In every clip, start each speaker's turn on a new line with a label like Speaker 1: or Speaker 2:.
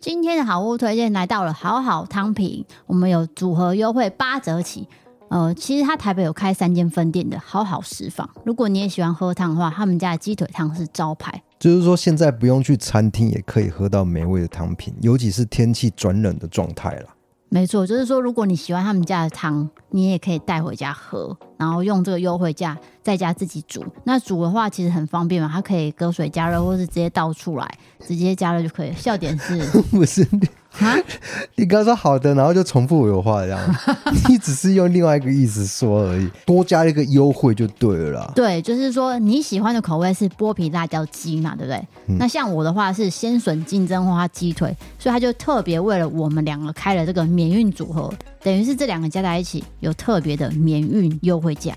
Speaker 1: 今天的好物推荐来到了好好汤品，我们有组合优惠八折起。呃，其实它台北有开三间分店的好好食坊，如果你也喜欢喝汤的话，他们家的鸡腿汤是招牌。
Speaker 2: 就是说现在不用去餐厅也可以喝到美味的汤品，尤其是天气转冷的状态啦。
Speaker 1: 没错，就是说如果你喜欢他们家的汤，你也可以带回家喝，然后用这个优惠价在家自己煮。那煮的话其实很方便嘛，它可以隔水加热，或是直接倒出来，直接加热就可以了。笑点是
Speaker 2: 不是你
Speaker 1: 啊，
Speaker 2: 你刚说好的，然后就重复我的话 这样，你只是用另外一个意思说而已，多加一个优惠就对了啦。
Speaker 1: 对，就是说你喜欢的口味是剥皮辣椒鸡嘛，对不对？那像我的话是鲜笋金针花鸡腿，所以他就特别为了我们两个开了这个免运组合，等于是这两个加在一起有特别的免运优惠价，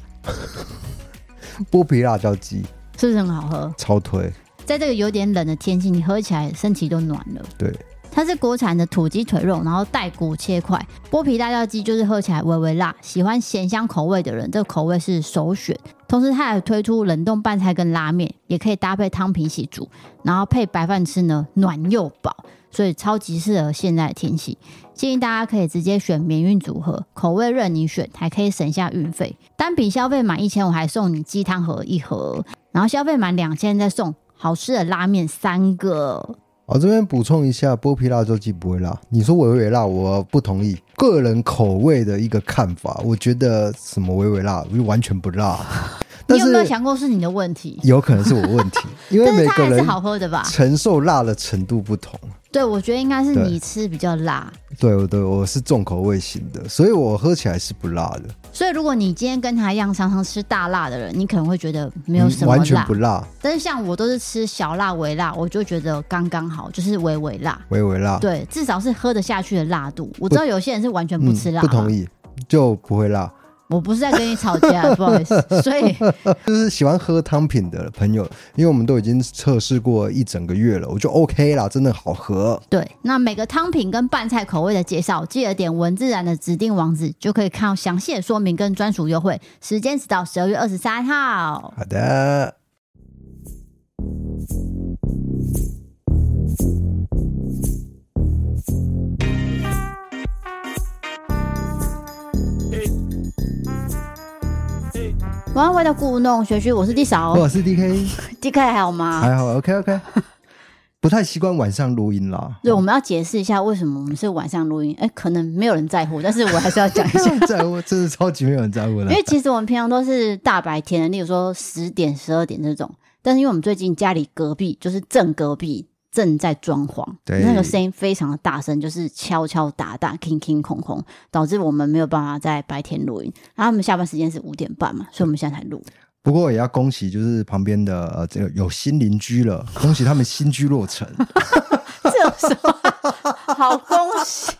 Speaker 2: 剥皮辣椒鸡
Speaker 1: 是不是很好喝？
Speaker 2: 超推，
Speaker 1: 在这个有点冷的天气，你喝起来身体都暖了。
Speaker 2: 对，
Speaker 1: 它是国呃产的土鸡腿肉，然后带骨切块。剥皮辣椒鸡就是喝起来微微辣，喜欢咸香口味的人，这个口味是首选。同时，它也推出冷冻拌菜跟拉面，也可以搭配汤品一起煮，然后配白饭吃呢，暖又饱，所以超级适合现在的天气。建议大家可以直接选免运组合，口味任你选，还可以省下运费。单笔消费满一千，我还送你鸡汤盒一盒，然后消费满两千再送好吃的拉面三个。
Speaker 2: 我、这边补充一下，剥皮辣椒鸡不会辣。你说微微辣，我不同意。个人口味的一个看法，我觉得什么微微辣，我就完全不辣。
Speaker 1: 你有
Speaker 2: 但
Speaker 1: 没有
Speaker 2: 是
Speaker 1: 想过是你的问题？
Speaker 2: 有可能是我问 题，因为
Speaker 1: 但是
Speaker 2: 每
Speaker 1: 它
Speaker 2: 个
Speaker 1: 还是
Speaker 2: 人
Speaker 1: 好喝的吧？
Speaker 2: 承受辣的程度不同。
Speaker 1: 对，我觉得应该是
Speaker 2: 对
Speaker 1: 你吃比较辣，
Speaker 2: 对，我对我是重口味型的，所以我喝起来是不辣的，
Speaker 1: 所以如果你今天跟他一样常常吃大辣的人，你可能会觉得没有什么
Speaker 2: 嗯完全
Speaker 1: 辣
Speaker 2: 不。辣，
Speaker 1: 但是像我都是吃小辣、微辣，我就觉得刚刚好，就是微微辣。
Speaker 2: 微微辣。
Speaker 1: 对，至少是喝得下去的辣度。我知道有些人是完全不吃辣、
Speaker 2: 嗯不同。意就不会辣。
Speaker 1: 我不是在跟你吵架， 不好意思。所以
Speaker 2: 就是喜欢喝汤品的朋友，因为我们都已经测试过一整个月了，我就 OK 啦，真的好喝。
Speaker 1: 对，那每个汤品跟拌菜口味的介绍，记得点文自然的指定网址，就可以看到详细的说明跟专属优惠。时间直到十二月二十三号。
Speaker 2: 好的，
Speaker 1: 晚安，回到故弄玄虚，我是 D 嫂
Speaker 2: 我哦是 DK，
Speaker 1: ，D K 哦还好吗？
Speaker 2: 还好 OK OK，不太习惯晚上录音 啦。
Speaker 1: 对，我们要解释一下为什么我们是晚上录音。哎，可能没有人在乎，但是我还是要讲一 下，
Speaker 2: 现在我真的超级没有人在乎
Speaker 1: 因
Speaker 2: 了
Speaker 1: 为，其实我们平常都是大白天的，例如说十点、十二点这种。但是因为我们最近家里隔壁就是正隔壁正在装潢，
Speaker 2: 对
Speaker 1: 那个声音非常的大声，就是敲敲打打、king king 空空，导致我们没有办法在白天录音。然后他们下班时间是五点半嘛，所以我们现在才录。
Speaker 2: 不过也要恭喜，就是旁边的呃这个有新邻居了，恭喜他们新居落成。
Speaker 1: 这有什么好恭喜？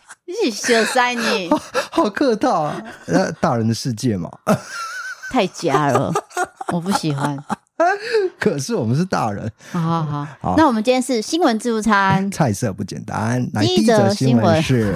Speaker 1: 你小塞你
Speaker 2: 好客 套啊！呃，大人的世界嘛。
Speaker 1: 太假了，我不喜欢。
Speaker 2: 可是我们是大人，
Speaker 1: 好好好，
Speaker 2: 好
Speaker 1: 那我们今天是新闻自助餐。
Speaker 2: 菜色不简单。来，
Speaker 1: 第
Speaker 2: 第
Speaker 1: 一
Speaker 2: 一
Speaker 1: 则
Speaker 2: 则新
Speaker 1: 新闻
Speaker 2: 闻是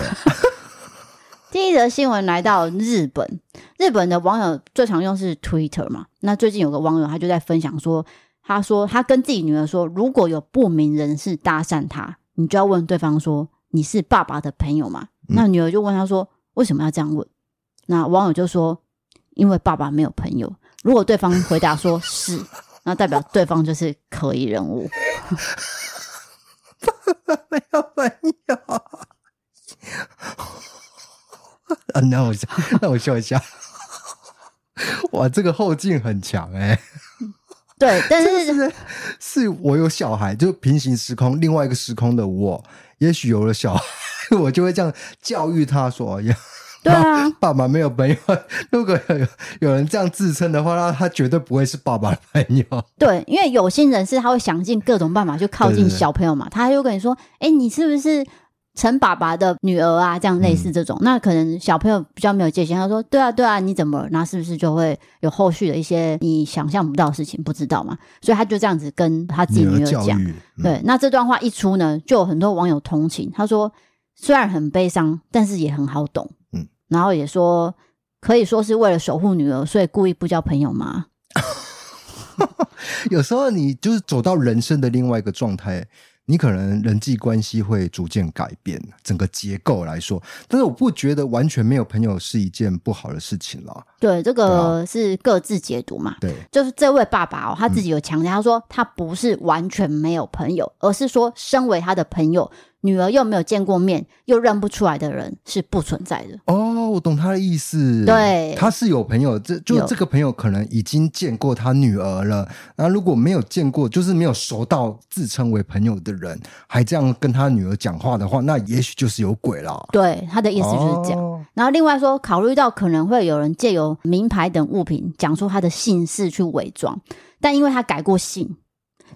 Speaker 1: 第一则新闻来到日本，日本的网友最常用是 Twitter 嘛。那最近有个网友他就在分享说，他说他跟自己女儿说，如果有不明人士搭讪他，你就要问对方说你是爸爸的朋友吗？
Speaker 2: 嗯
Speaker 1: 那女儿就问他说为什么要这样问？那网友就说因为爸爸没有朋友。如果对方回答说是，那代表对方就是可疑人物。
Speaker 2: 没有朋友。 啊，那我笑，那我笑一下。 哇，这个后劲很强哎、
Speaker 1: 对，但
Speaker 2: 这
Speaker 1: 是
Speaker 2: 是是我有小孩，就是平行时空另外一个时空的我，也许有了小孩， 我就会这样教育他说：“ 呀，
Speaker 1: 对啊，
Speaker 2: 爸爸没有朋友。如果有有人这样自称的话，那他绝对不会是爸爸的朋友。
Speaker 1: 对，因为有心人士他会想尽各种办法去靠
Speaker 2: 对
Speaker 1: 近
Speaker 2: 对对
Speaker 1: 小朋友嘛，他就跟你说：“哎、你是不是陈爸爸的女儿啊？”这样类
Speaker 2: 嗯
Speaker 1: 似这种，那可能小朋友比较没有界限，他说：“对啊，对啊，你怎么了？”那是不是就会有后续的一些你想象不到的事情，不知道嘛？所以他就这样子跟他自己女
Speaker 2: 女儿
Speaker 1: 儿
Speaker 2: 教
Speaker 1: 讲。
Speaker 2: 育，嗯
Speaker 1: 对，那这段话一出呢，就有很多网友同情，他说虽然很悲伤，但是也很好懂，
Speaker 2: 嗯，
Speaker 1: 然后也说可以说是为了守护女儿，所以故意不交朋友嘛，
Speaker 2: 有时候你就是走到人生的另外一个状态，你可能人际关系会逐渐改变，整个结构来说。但是我不觉得完全没有朋友是一件不好的事情啦。
Speaker 1: 对，这
Speaker 2: 对
Speaker 1: 个是各自解读嘛。
Speaker 2: 对，
Speaker 1: 就是这位爸爸哦，他自己有强调，他说他不是完全没有朋友，而是说身为他的朋友，女儿又没有见过面，又认不出来的人是不存在的。
Speaker 2: 哦，我懂他的意思。
Speaker 1: 对
Speaker 2: 他是有朋友，这就
Speaker 1: 有
Speaker 2: 这个朋友可能已经见过他女儿了。那如果没有见过，就是没有熟到自称为朋友的人，还这样跟他女儿讲话的话，那也许就是有鬼啦。
Speaker 1: 对，他的意思就是这样。
Speaker 2: 哦
Speaker 1: 然后另外说，考虑到可能会有人借由名牌等物品讲出他的姓氏去伪装，但因为他改过姓，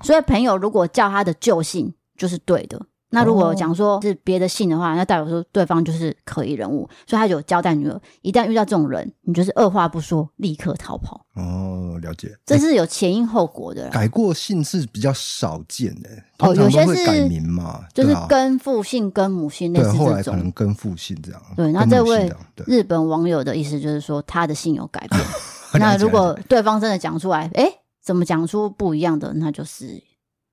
Speaker 1: 所以朋友如果叫他的旧姓就是对的。那如果讲说是别的姓的话，那代表说对方就是可疑人物，所以他有交代女儿，一旦遇到这种人，你就是二话不说立刻逃跑，
Speaker 2: 哦，了解。
Speaker 1: 这是有前因后果的啦。
Speaker 2: 改过姓氏比较少见的、
Speaker 1: 哦
Speaker 2: 通常
Speaker 1: 有些
Speaker 2: 都会改
Speaker 1: 是
Speaker 2: 名嘛，
Speaker 1: 就是
Speaker 2: 对啊
Speaker 1: 跟父姓跟母姓类
Speaker 2: 对，
Speaker 1: 似
Speaker 2: 后
Speaker 1: 这
Speaker 2: 来可能
Speaker 1: 种。
Speaker 2: 跟父姓这样，
Speaker 1: 对那
Speaker 2: 跟
Speaker 1: 这
Speaker 2: 母姓
Speaker 1: 位
Speaker 2: 这样对，
Speaker 1: 日本网友的意思就是说，他的姓有改变，
Speaker 2: 了
Speaker 1: 那
Speaker 2: 解
Speaker 1: 如 果
Speaker 2: 了解
Speaker 1: 对方真的讲出来，哎，怎么讲出不一样的，那就是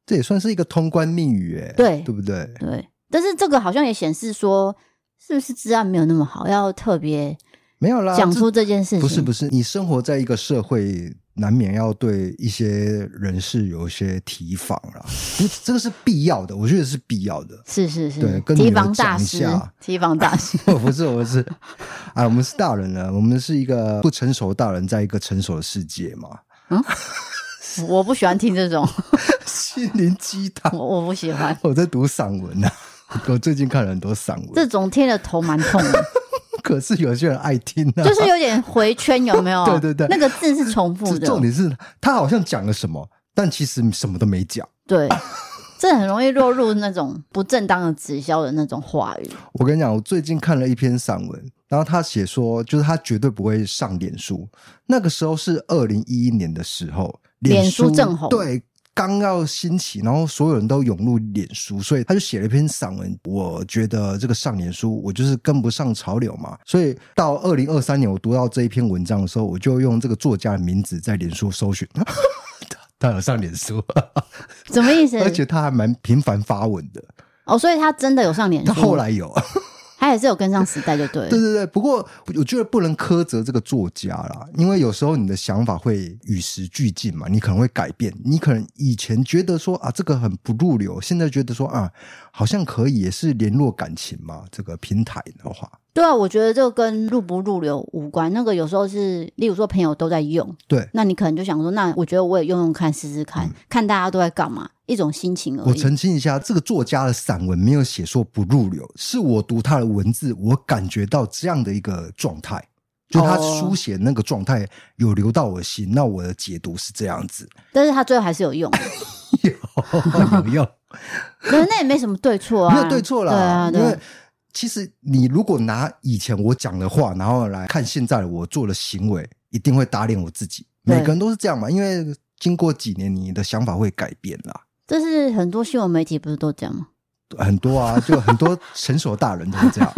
Speaker 2: 这也算是一个通关密语、哎，
Speaker 1: 对
Speaker 2: 对不对？
Speaker 1: 对。但是这个好像也显示说，是不是治安没有那么好，要特别
Speaker 2: 没有啦，
Speaker 1: 讲
Speaker 2: 啊这
Speaker 1: 出这件事情？
Speaker 2: 不是不
Speaker 1: 是，。
Speaker 2: 是，你生活在一个社会，难免要对一些人士有一些提防啦，这这个是必要的，我觉得是必要的
Speaker 1: 是是是
Speaker 2: 对跟
Speaker 1: 提
Speaker 2: 女儿
Speaker 1: 防大
Speaker 2: 讲一
Speaker 1: 师
Speaker 2: 下，
Speaker 1: 提防大 师。
Speaker 2: 我不是，我是啊，我们是大人了，我们是一个不成熟的大人，在一个成熟的世界嘛，
Speaker 1: 我不喜欢听这种，
Speaker 2: 心灵鸡汤
Speaker 1: 我。我不喜欢
Speaker 2: 我在读散文呐、啊， 我最近看了很多散文，
Speaker 1: 这种听了头蛮痛的，
Speaker 2: 可是有些人爱听啊。
Speaker 1: 就是有点回圈，有没有？
Speaker 2: 对对对
Speaker 1: 那个字是重复
Speaker 2: 这
Speaker 1: 的，
Speaker 2: 重点是他好像讲了什么，但其实什么都没讲。
Speaker 1: 对。这很容易落入那种不正当的直销的那种话语，
Speaker 2: 我跟你讲，我最近看了一篇散文，然后他写说，就是他绝对不会上脸书。那个时候是二零一一年的时候，
Speaker 1: 脸书
Speaker 2: 书
Speaker 1: 正红
Speaker 2: 对。刚要兴起，然后所有人都涌入脸书，所以他就写了一篇散文。我觉得这个上脸书，我就是跟不上潮流嘛。所以到二零二三年，我读到这一篇文章的时候，我就用这个作家的名字在脸书搜寻， 他他有上脸书，
Speaker 1: 什么意思？
Speaker 2: 而且他还蛮频繁发文的。
Speaker 1: 哦，所以他真的有上脸书，
Speaker 2: 他后来有，
Speaker 1: 他也是有跟上时代，就对了。
Speaker 2: 对对对，不过我觉得不能苛责这个作家啦，因为有时候你的想法会与时俱进嘛，你可能会改变，你可能以前觉得说啊这个很不入流，现在觉得说啊好像可以，也是联络感情嘛，这个平台的话，
Speaker 1: 对啊，我觉得这个跟入不入流无关。那个有时候是，例如说朋友都在用，
Speaker 2: 对嗯
Speaker 1: 那你可能就想说，那我觉得我也用用看，试试看，看大家都在干嘛，一种心情而
Speaker 2: 我
Speaker 1: 已。
Speaker 2: 澄清一下，这个作家的散文没有写说不入流，是我读他的文字，我感觉到这样的一个状态，就他
Speaker 1: 哦
Speaker 2: 书写那个状态有流到我心，那我的解读是这样子，
Speaker 1: 但是他最后还是有 用，
Speaker 2: 有有用。
Speaker 1: 可是那也没什么对错啊，
Speaker 2: 没有对错啦，
Speaker 1: 对啊，对
Speaker 2: 因为
Speaker 1: 啊。
Speaker 2: 其实你如果拿以前我讲的话，然后来看现在的我做的行为，一定会打脸我自己。
Speaker 1: 对
Speaker 2: 每个人都是这样嘛，因为经过几年，你的想法会改变啦。
Speaker 1: 这是很多新闻媒体不是都这样吗？
Speaker 2: 很多啊，就很多成熟大人都会这 样。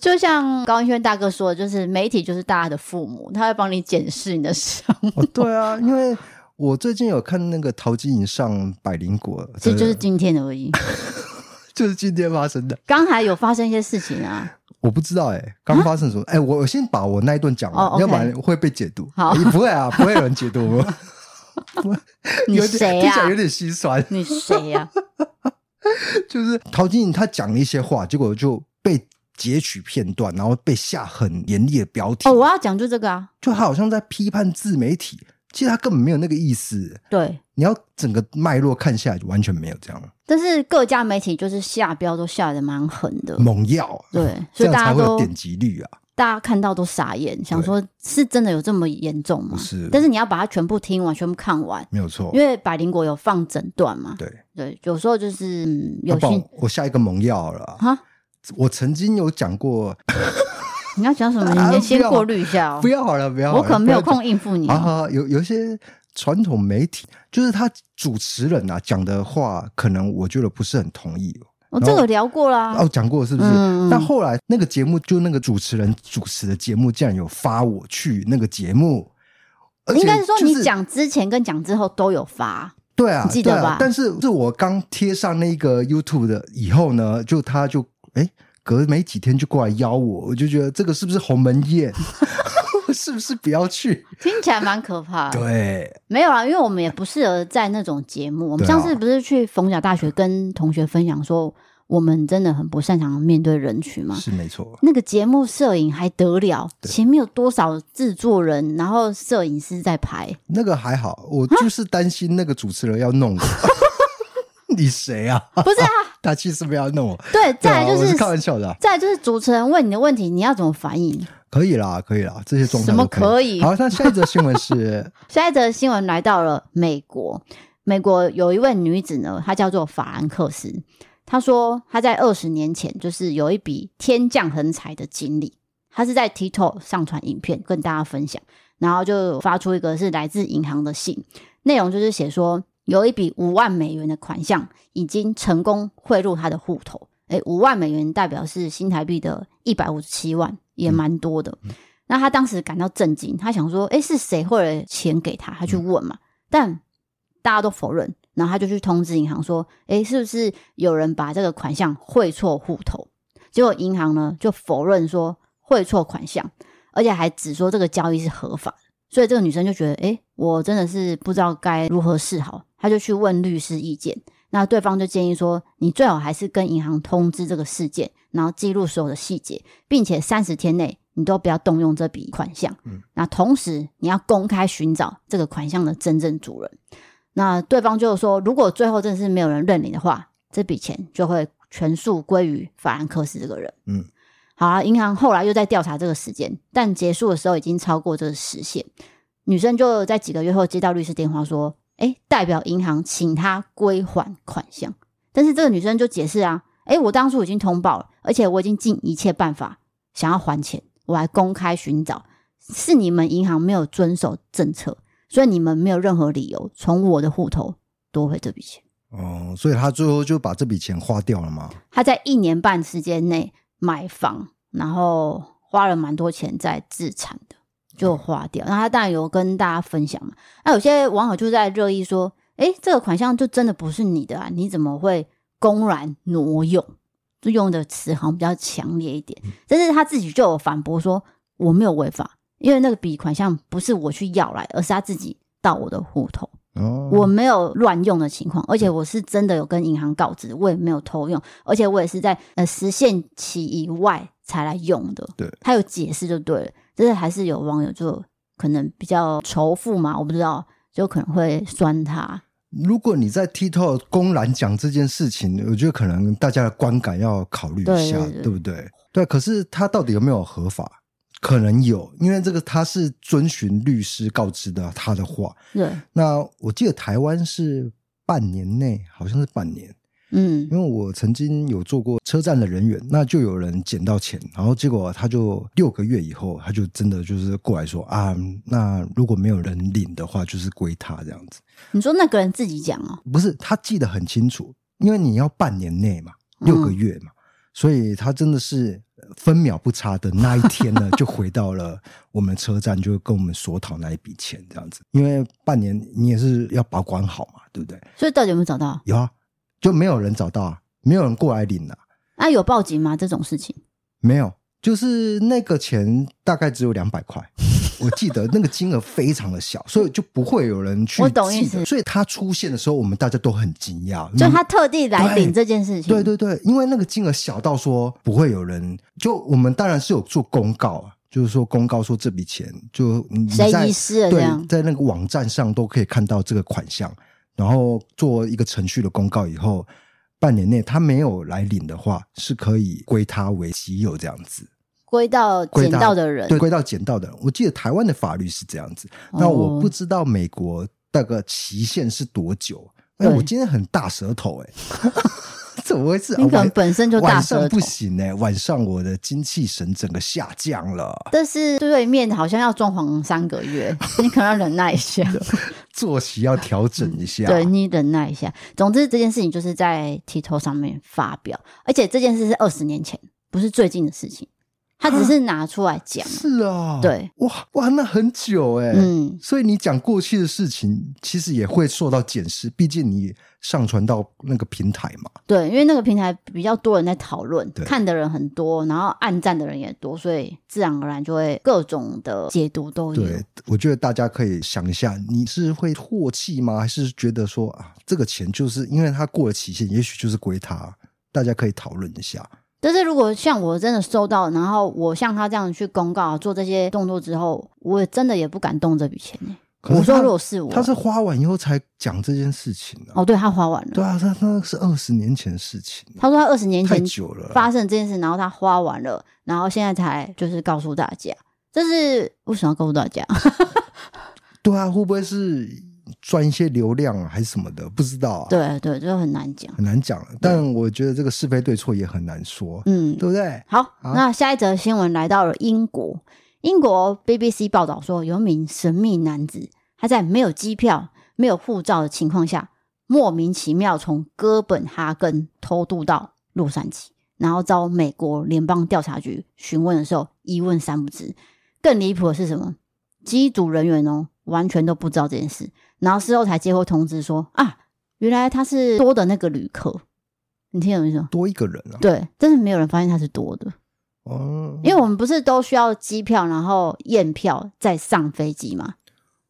Speaker 1: 就像高英轩大哥说的，就是媒体就是大家的父母，他会帮你检视你的生活，
Speaker 2: 哦，对啊，因为我最近有看那个陶晶莹上百灵果，
Speaker 1: 这就是
Speaker 2: 对
Speaker 1: 今天而已。
Speaker 2: 就是今天发生的，
Speaker 1: 刚才有发生一些事情啊，
Speaker 2: 我不知道哎、刚发生什么？哎、我我先把我那一段讲完，
Speaker 1: 哦，OK
Speaker 2: 要不然会被解读。
Speaker 1: 好
Speaker 2: 哎不会啊，不会有人 解读我。
Speaker 1: 你
Speaker 2: 有点
Speaker 1: 谁啊
Speaker 2: 听
Speaker 1: 呀、
Speaker 2: 起来有点心酸。
Speaker 1: 你 谁呀、啊
Speaker 2: 就是陶晶莹她讲了一些话，结果就被截取片段，然后被下很严厉的标题。
Speaker 1: 哦，我要讲就这个啊，
Speaker 2: 就他好像在批判自媒体，其实他根本没有那个意思。
Speaker 1: 对，
Speaker 2: 你要整个脉络看下来，就完全没有这样
Speaker 1: 但是各家媒体就是下标都下的蛮狠的，
Speaker 2: 猛药啊，
Speaker 1: 对， 呃
Speaker 2: 这
Speaker 1: 所以
Speaker 2: 样
Speaker 1: 大
Speaker 2: 才
Speaker 1: 家
Speaker 2: 会有
Speaker 1: 都
Speaker 2: 点击率啊。
Speaker 1: 大家看到都傻眼，想说是真的有这么严重吗
Speaker 2: 不？是
Speaker 1: 但是你要把它全部听完，全部看完，
Speaker 2: 没有错
Speaker 1: 因，为百灵果有放整段嘛。
Speaker 2: 对。
Speaker 1: 对，有时候就是、嗯、
Speaker 2: 那
Speaker 1: 有
Speaker 2: 不然
Speaker 1: 些
Speaker 2: 我下一个猛药好了啊、
Speaker 1: 啊，
Speaker 2: 我曾经有讲过，
Speaker 1: 你要讲什 么？
Speaker 2: 啊
Speaker 1: 你先
Speaker 2: 不要
Speaker 1: 过滤一下哦
Speaker 2: 不。要好了，不要好
Speaker 1: 我
Speaker 2: 了，
Speaker 1: 可能没有
Speaker 2: 不然
Speaker 1: 空应付你。
Speaker 2: 啊哈，有有一些传统媒体，就是他主持人啊讲的话，可能我觉得不是很同意哦。
Speaker 1: 我这个聊过啦。
Speaker 2: 哦，讲过是不是？
Speaker 1: 啊嗯嗯
Speaker 2: 但后来那个节目，就那个主持人主持的节目，竟然有发我去那个节目，而且
Speaker 1: 应该是说
Speaker 2: 就
Speaker 1: 你讲之前跟讲之后都有发，
Speaker 2: 对啊，
Speaker 1: 你记得
Speaker 2: 对啊
Speaker 1: 吧
Speaker 2: 但是是我刚贴上那个 YouTube 的以后呢，就他就哎，隔没几天就过来邀我，我就觉得这个是不是鸿门宴？ 我是不是不要去？
Speaker 1: 听起来蛮可怕的。
Speaker 2: 对，
Speaker 1: 没有啦，啊因为我们也不适合在那种节目。我们
Speaker 2: 对啊
Speaker 1: 上次不是去逢甲大学跟同学分享说，我们真的很不擅长面对人群嘛。
Speaker 2: 是没错。
Speaker 1: 那个节目摄影还得了？前面有多少制作人，然后摄影师在 拍？
Speaker 2: 那个还好，我就是担心那个主持人要弄我。 你谁啊？
Speaker 1: 不是啊，
Speaker 2: 他其实不要弄我。
Speaker 1: 对，
Speaker 2: 对
Speaker 1: 再
Speaker 2: 啊
Speaker 1: 来就
Speaker 2: 我
Speaker 1: 是，
Speaker 2: 是开玩笑的啊、
Speaker 1: 再来就是主持人问你的问题，你要怎么反应？
Speaker 2: 可以啦，可以啦，这些状态
Speaker 1: 什么
Speaker 2: 都
Speaker 1: 可
Speaker 2: 以。
Speaker 1: 以
Speaker 2: 好，那下一则新闻是
Speaker 1: 下一则新闻来到了美国，美国有一位女子呢，她叫做法兰克斯。她说她在二十年前就是有一笔天降横财的经历，她是在 TikTok 上传影片跟大家分享，然后就发出一个是来自银行的信，内容就是写说有一笔五万美元的款项已经成功汇入她的户头。诶，五万美元代表是新台币的一百五十七万，也蛮多的。那他当时感到震惊，他想说：“诶，是谁汇了钱给他？”他去问嘛，但大家都否认。然后他就去通知银行说：“诶，是不是有人把这个款项汇错户头？”结果银行呢就否认说汇错款项，而且还只说这个交易是合法的。所以这个女生就觉得：“诶，我真的是不知道该如何是好。”她就去问律师意见。那对方就建议说：“你最好还是跟银行通知这个事件，然后记录所有的细节，并且三十天内你都不要动用这笔款项。
Speaker 2: 嗯
Speaker 1: 那同时你要公开寻找这个款项的真正主人。那对方就说，如果最后真的是没有人认领的话，这笔钱就会全数归于法兰克斯这个人。
Speaker 2: 嗯，
Speaker 1: 好啊，银行后来又在调查这个时间，但结束的时候已经超过这个时限。女生就在几个月后接到律师电话说，哎，代表银行请她归还款项。但是这个女生就解释啊，诶，我当初已经通报了，而且我已经尽一切办法想要还钱，我还公开寻找，是你们银行没有遵守政策，所以你们没有任何理由从我的户头夺回这笔钱。
Speaker 2: 哦，所以他最后就把这笔钱花掉了嘛。
Speaker 1: 他在一年半时间内买房，然后花了蛮多钱在自产的，就花掉。那他当然有跟大家分享嘛。那有些网友就在热议说：“诶，这个款项就真的不是你的啊，你怎么会公然挪用？”就用的词好像比较强烈一点，但是他自己就有反驳说：“我没有违法，因为那个笔款项不是我去要来，而是他自己到我的户头。”
Speaker 2: 哦，
Speaker 1: 我没有乱用的情况，而
Speaker 2: 嗯
Speaker 1: 且我是真的有跟银行告知，我也没有偷用，而且我也是在呃时限期以外才来用的。
Speaker 2: 对，
Speaker 1: 他有解释就对了，但是还是有网友就可能比较仇富嘛，我不知道，就可能会酸他。
Speaker 2: 如果你在 TikTok 公然讲这件事情，我觉得可能大家的观感要考虑一下，
Speaker 1: 对对对
Speaker 2: 不对？对，可是他到底有没有合法？可能有，因为这个他是遵循律师告知的他的话。
Speaker 1: 对，
Speaker 2: 那我记得台湾是半年内，好像是半年，
Speaker 1: 嗯，
Speaker 2: 因为我曾经有做过车站的人员，那就有人捡到钱，然后结果他就六个月以后，他就真的就是过来说啊，那如果没有人领的话，就是归他这样子。
Speaker 1: 你说那个人自己讲哦，
Speaker 2: 不是他记得很清楚，因为你要半年内嘛，六
Speaker 1: 嗯
Speaker 2: 个月嘛，所以他真的是呃分秒不差的那一天 呢，就回到了我们车站，就跟我们索讨那一笔钱这样子。因为半年你也是要保管好嘛，对不对？
Speaker 1: 所以到底有没有找到？
Speaker 2: 有啊，就没有人找到啊，没有人过来领啊，
Speaker 1: 那、有报警吗？这种事情
Speaker 2: 没有，就是那个钱大概只有两百块，我我记得那个金额非常的小，所以就不会有人去
Speaker 1: 我懂意
Speaker 2: 记
Speaker 1: 思
Speaker 2: 得所以他出现的时候，我们大家都很惊讶，
Speaker 1: 就
Speaker 2: 嗯
Speaker 1: 他特地来领这件事情。
Speaker 2: 对对对，因为那个金额小到说不会有人，就我们当然是有做公告啊，就是说公告说这笔钱就你你
Speaker 1: 谁
Speaker 2: 在
Speaker 1: 遗失了这
Speaker 2: 对
Speaker 1: 样，
Speaker 2: 在那个网站上都可以看到这个款项，然后做一个程序的公告以后，半年内他没有来领的话，是可以归他为己有这样子。
Speaker 1: 归到
Speaker 2: 归
Speaker 1: 捡到的人。
Speaker 2: 对，归到捡到的人。我记得台湾的法律是这样子，那我不
Speaker 1: 哦
Speaker 2: 知道美国那个期限是多久。
Speaker 1: 对
Speaker 2: 哎，我今天很大舌头哎、 怎么回事？啊
Speaker 1: 你可能
Speaker 2: 晚
Speaker 1: 本身就大
Speaker 2: 晚
Speaker 1: 舌
Speaker 2: 上
Speaker 1: 头
Speaker 2: 不，行哎、晚上我的精气神整个下降了，
Speaker 1: 但是对面好像要装潢三个月， 你可能要忍耐一下。
Speaker 2: 作息要调整一 下。
Speaker 1: 对你忍耐一下。总之，这件事情就是在 TikTok 上面发表，而且这件事是二十年前，不是最近的事情。他只是拿出来讲，
Speaker 2: 是啊，
Speaker 1: 对，
Speaker 2: 哇哇，那很久哎、
Speaker 1: 嗯，
Speaker 2: 所以你讲过去的事情，其实也会受到检视，毕竟你上传到那个平台嘛。
Speaker 1: 对，因为那个平台比较多人在讨论，
Speaker 2: 对
Speaker 1: 看的人很多，然后按赞的人也多，所以自然而然就会各种的解读都有。
Speaker 2: 对，哦我觉得大家可以想一下，你是会唾弃吗？还是觉得说啊，这个钱就是因为它过了期限，也许就是归他，大家可以讨论一下。
Speaker 1: 但是如果像我真的收到，然后我像他这样去公告做这些动作之后，我真的也不敢动这笔钱、欸。
Speaker 2: 可是
Speaker 1: 我说
Speaker 2: 他
Speaker 1: 如果是我，
Speaker 2: 他是花完以后才讲这件事情啊。
Speaker 1: 哦，对他花完了，
Speaker 2: 对啊，他他是二十年前的事情啊，
Speaker 1: 他说他二十年
Speaker 2: 太
Speaker 1: 前
Speaker 2: 久了啊。
Speaker 1: 发生这件事，然后他花完了，然后现在才就是告诉大家，这是为什么要告诉大家？
Speaker 2: 对啊，会不会是赚一些流量啊，还是什么的？不知道啊，
Speaker 1: 对对，这很难讲。
Speaker 2: 很难讲了。但我觉得这个是非对错也很难说，
Speaker 1: 嗯，
Speaker 2: 对不对？
Speaker 1: 好，那下一则新闻来到了英国，英国 BBC 报道说，有一名神秘男子，他在没有机票、没有护照的情况下，莫名其妙从哥本哈根偷渡到洛杉矶，然后遭美国联邦调查局询问的时候，一问三不知。更离谱的是什么？机组人员哦，完全都不知道这件事，然后事后才接获通知说啊，原来他是多的那个旅客。你听懂我意思吗？
Speaker 2: 多一个人啊，
Speaker 1: 对，真的没有人发现他是多的。
Speaker 2: 哦，
Speaker 1: 因为我们不是都需要机票，然后验票再上飞机嘛？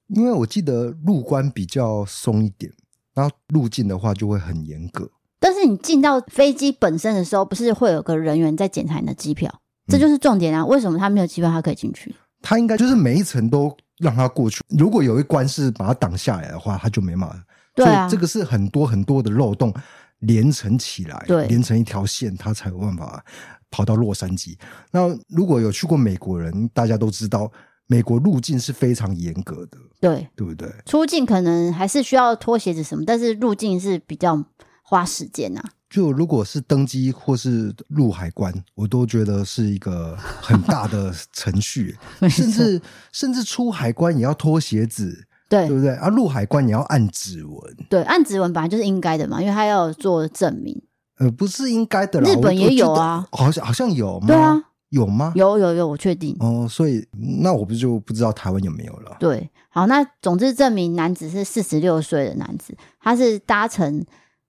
Speaker 2: 因为我记得入关比较松一点，然后入境的话就会很严格。
Speaker 1: 但是你进到飞机本身的时候，不是会有个人员在检查你的机票？这就是重点啊！为什么他没有机票，他可以进去？
Speaker 2: 他应该就是每一层都让他过去，如果有一关是把他挡下来的话，他就没办法。
Speaker 1: 对啊
Speaker 2: 所以这个是很多很多的漏洞连成起来，
Speaker 1: 对
Speaker 2: 连成一条线，他才有办法跑到洛杉矶。那如果有去过美国人，大家都知道，美国入境是非常严格的，
Speaker 1: 对，
Speaker 2: 对不对？
Speaker 1: 出境可能还是需要脱鞋子什么，但是入境是比较花时间啊。
Speaker 2: 就如果是登机或是入海关，我都觉得是一个很大的程 序，甚至甚至出海关也要脱鞋子，
Speaker 1: 对
Speaker 2: 对不对？啊，入海关也要按指纹，
Speaker 1: 对，按指纹本来就是应该的嘛，因为他要做证明。
Speaker 2: 呃，不是应该的啦。
Speaker 1: 日
Speaker 2: 我
Speaker 1: 本也
Speaker 2: 我觉
Speaker 1: 有
Speaker 2: 得
Speaker 1: 啊
Speaker 2: 好像好像有吗？
Speaker 1: 对啊，
Speaker 2: 有吗？
Speaker 1: 有有有，我确定。
Speaker 2: 哦，所以那我不就不知道台湾有没有了？
Speaker 1: 对，好，那总之这名男子是四十六岁的男子，他是搭乘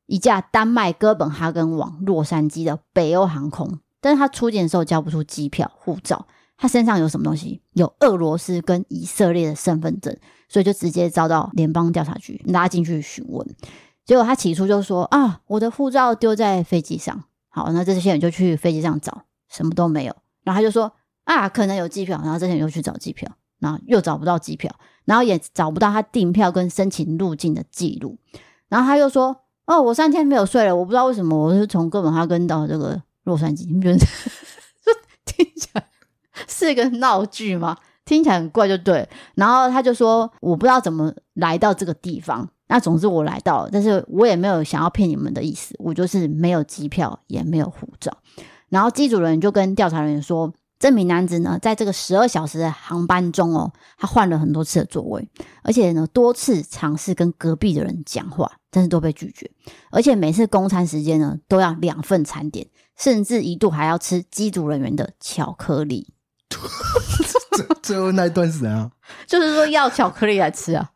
Speaker 1: 一架丹麦哥本哈根往洛杉矶的北欧航空，但是他出境的时候交不出机票、护照，他身上有什么东西？有俄罗斯跟以色列的身份证，所以就直接遭到联邦调查局拉进去询问。结果他起初就说啊，我的护照丢在飞机上。好，那这些人就去飞机上找，什么都没有。然后他就说啊，可能有机票。然后这些人又去找机票，然后又找不到机票，然后也找不到他订票跟申请入境的记录。然后他又说哦，我三天没有睡了，我不知道为什么我是从哥本哈根到这个洛杉矶。你们觉得 就听起来是个闹剧吗？听起来很怪就对了。然后他就说我不知道怎么来到这个地方。那总之我来到了，但是我也没有想要骗你们的意思，我就是没有机票，也没有护照。然后机组人员就跟调查人员说，这名男子呢，在这个十二小时的航班中哦，他换了很多次的座位，而且呢多次尝试跟隔壁的人讲话，但是都被拒绝。而且每次公餐时间呢，都要两份餐点，甚至一度还要吃机组人员的巧克力，
Speaker 2: 最最后那一段是怎样？
Speaker 1: 就是说要巧克力来吃啊。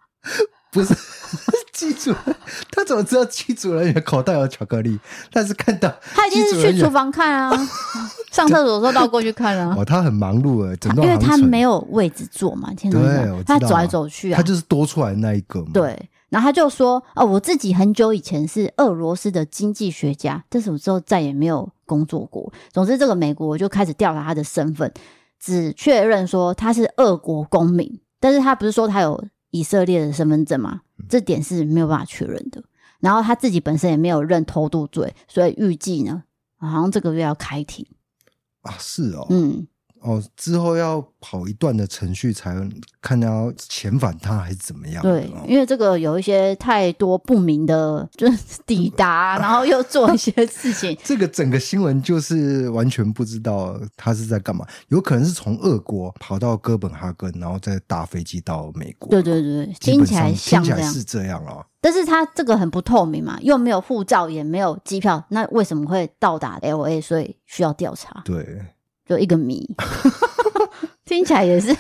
Speaker 2: 不是机组，他怎么知道机组人员口袋有巧克力？但是看到
Speaker 1: 他一定
Speaker 2: 机
Speaker 1: 是
Speaker 2: 组人
Speaker 1: 去
Speaker 2: 员
Speaker 1: 厨房看 啊，上厕所的时候倒过去看啊。
Speaker 2: 哦，他很忙碌诶，整
Speaker 1: 他
Speaker 2: 段
Speaker 1: 因为
Speaker 2: 航
Speaker 1: 他
Speaker 2: 程
Speaker 1: 没有位置坐嘛，天
Speaker 2: 对，我
Speaker 1: 哪
Speaker 2: 知，道
Speaker 1: 他
Speaker 2: 啊
Speaker 1: 走来走去啊，
Speaker 2: 他就是多出来的那一个嘛。，
Speaker 1: 对，然后他就说：“哦，我自己很久以前是俄罗斯的经济学家，但是我之后再也没有工作过。总之，这个美国我就开始调查他的身份，只确认说他是俄国公民，但是他不是说他有以色列的身份证吗？
Speaker 2: 嗯
Speaker 1: 这点是没有办法确认的。然后他自己本身也没有认偷渡罪，所以预计呢，好像这个月要开庭。
Speaker 2: 啊，是哦，
Speaker 1: 嗯，
Speaker 2: 哦，之后要跑一段的程序才能看要遣返他还是怎么样的
Speaker 1: 对
Speaker 2: 哦，
Speaker 1: 因为这个有一些太多不明的，就是抵 达，然后又做一些事情，
Speaker 2: 这个整个新闻就是完全不知道他是在干嘛，有可能是从俄国跑到哥本哈根，然后再搭飞机到美国。
Speaker 1: 对对对，对
Speaker 2: 基
Speaker 1: 听
Speaker 2: 本
Speaker 1: 起来
Speaker 2: 上
Speaker 1: 像
Speaker 2: 听起
Speaker 1: 这
Speaker 2: 来
Speaker 1: 样，
Speaker 2: 是这样啊。
Speaker 1: 但是它这个很不透明嘛，又没有护照，也没有机票，那为什么会到达 L A？所以需要调查，
Speaker 2: 对，
Speaker 1: 就一个 谜，听起来也是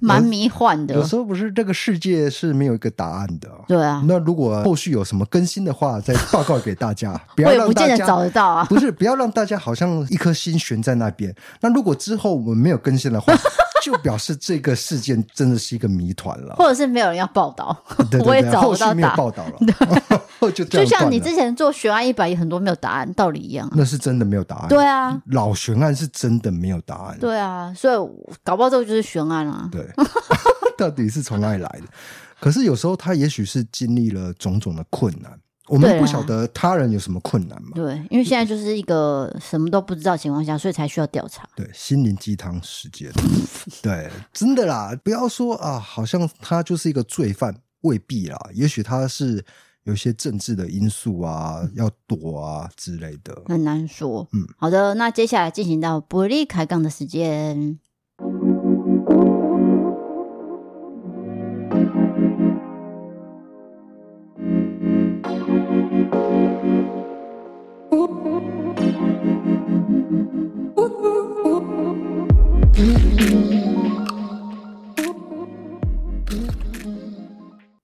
Speaker 1: 蛮迷幻
Speaker 2: 有
Speaker 1: 的。
Speaker 2: 时候不是这个世界是没有一个答案的啊。
Speaker 1: 对啊，
Speaker 2: 那如果后续有什么更新的话，再报告给大 家，不
Speaker 1: 我
Speaker 2: 要
Speaker 1: 也
Speaker 2: 让
Speaker 1: 不
Speaker 2: 大
Speaker 1: 见
Speaker 2: 家
Speaker 1: 得找得到啊。
Speaker 2: 不是，不要让大家好像一颗心悬在那边。那如果之后我们没有更新 的话，就表示这个事件真的是一个谜团了。
Speaker 1: 或者是没有人要报道，
Speaker 2: 对对对，
Speaker 1: 我也找
Speaker 2: 后
Speaker 1: 不
Speaker 2: 续
Speaker 1: 到
Speaker 2: 没有
Speaker 1: 答案。
Speaker 2: 报道 了， 后就
Speaker 1: 就
Speaker 2: 这样
Speaker 1: 像
Speaker 2: 断
Speaker 1: 你
Speaker 2: 了。
Speaker 1: 之前做悬案一百，也很多没有答案，道理一样啊。
Speaker 2: 那是真的没有答案。
Speaker 1: 对，啊，
Speaker 2: 老悬案是真的没有答案。
Speaker 1: 对啊，所以我搞不好这个就是悬案啊。
Speaker 2: 对， 到底是从哪里来的？可是有时候他也许是经历了种种的困难，我
Speaker 1: 对
Speaker 2: 们
Speaker 1: 啊
Speaker 2: 不晓得他人有什么困难嘛？
Speaker 1: 对，啊因为现在就是一个什么都不知道的情况下，所以才需要调查。
Speaker 2: 对，心灵鸡汤时间，对，真的啦，不要说啊，好像他就是一个罪犯，未必啦，也许他是有一些政治的因素
Speaker 1: 嗯
Speaker 2: 啊，要躲啊之类的。
Speaker 1: 很难说。
Speaker 2: 嗯，
Speaker 1: 好的，那接下来进行到不利开杠的时间。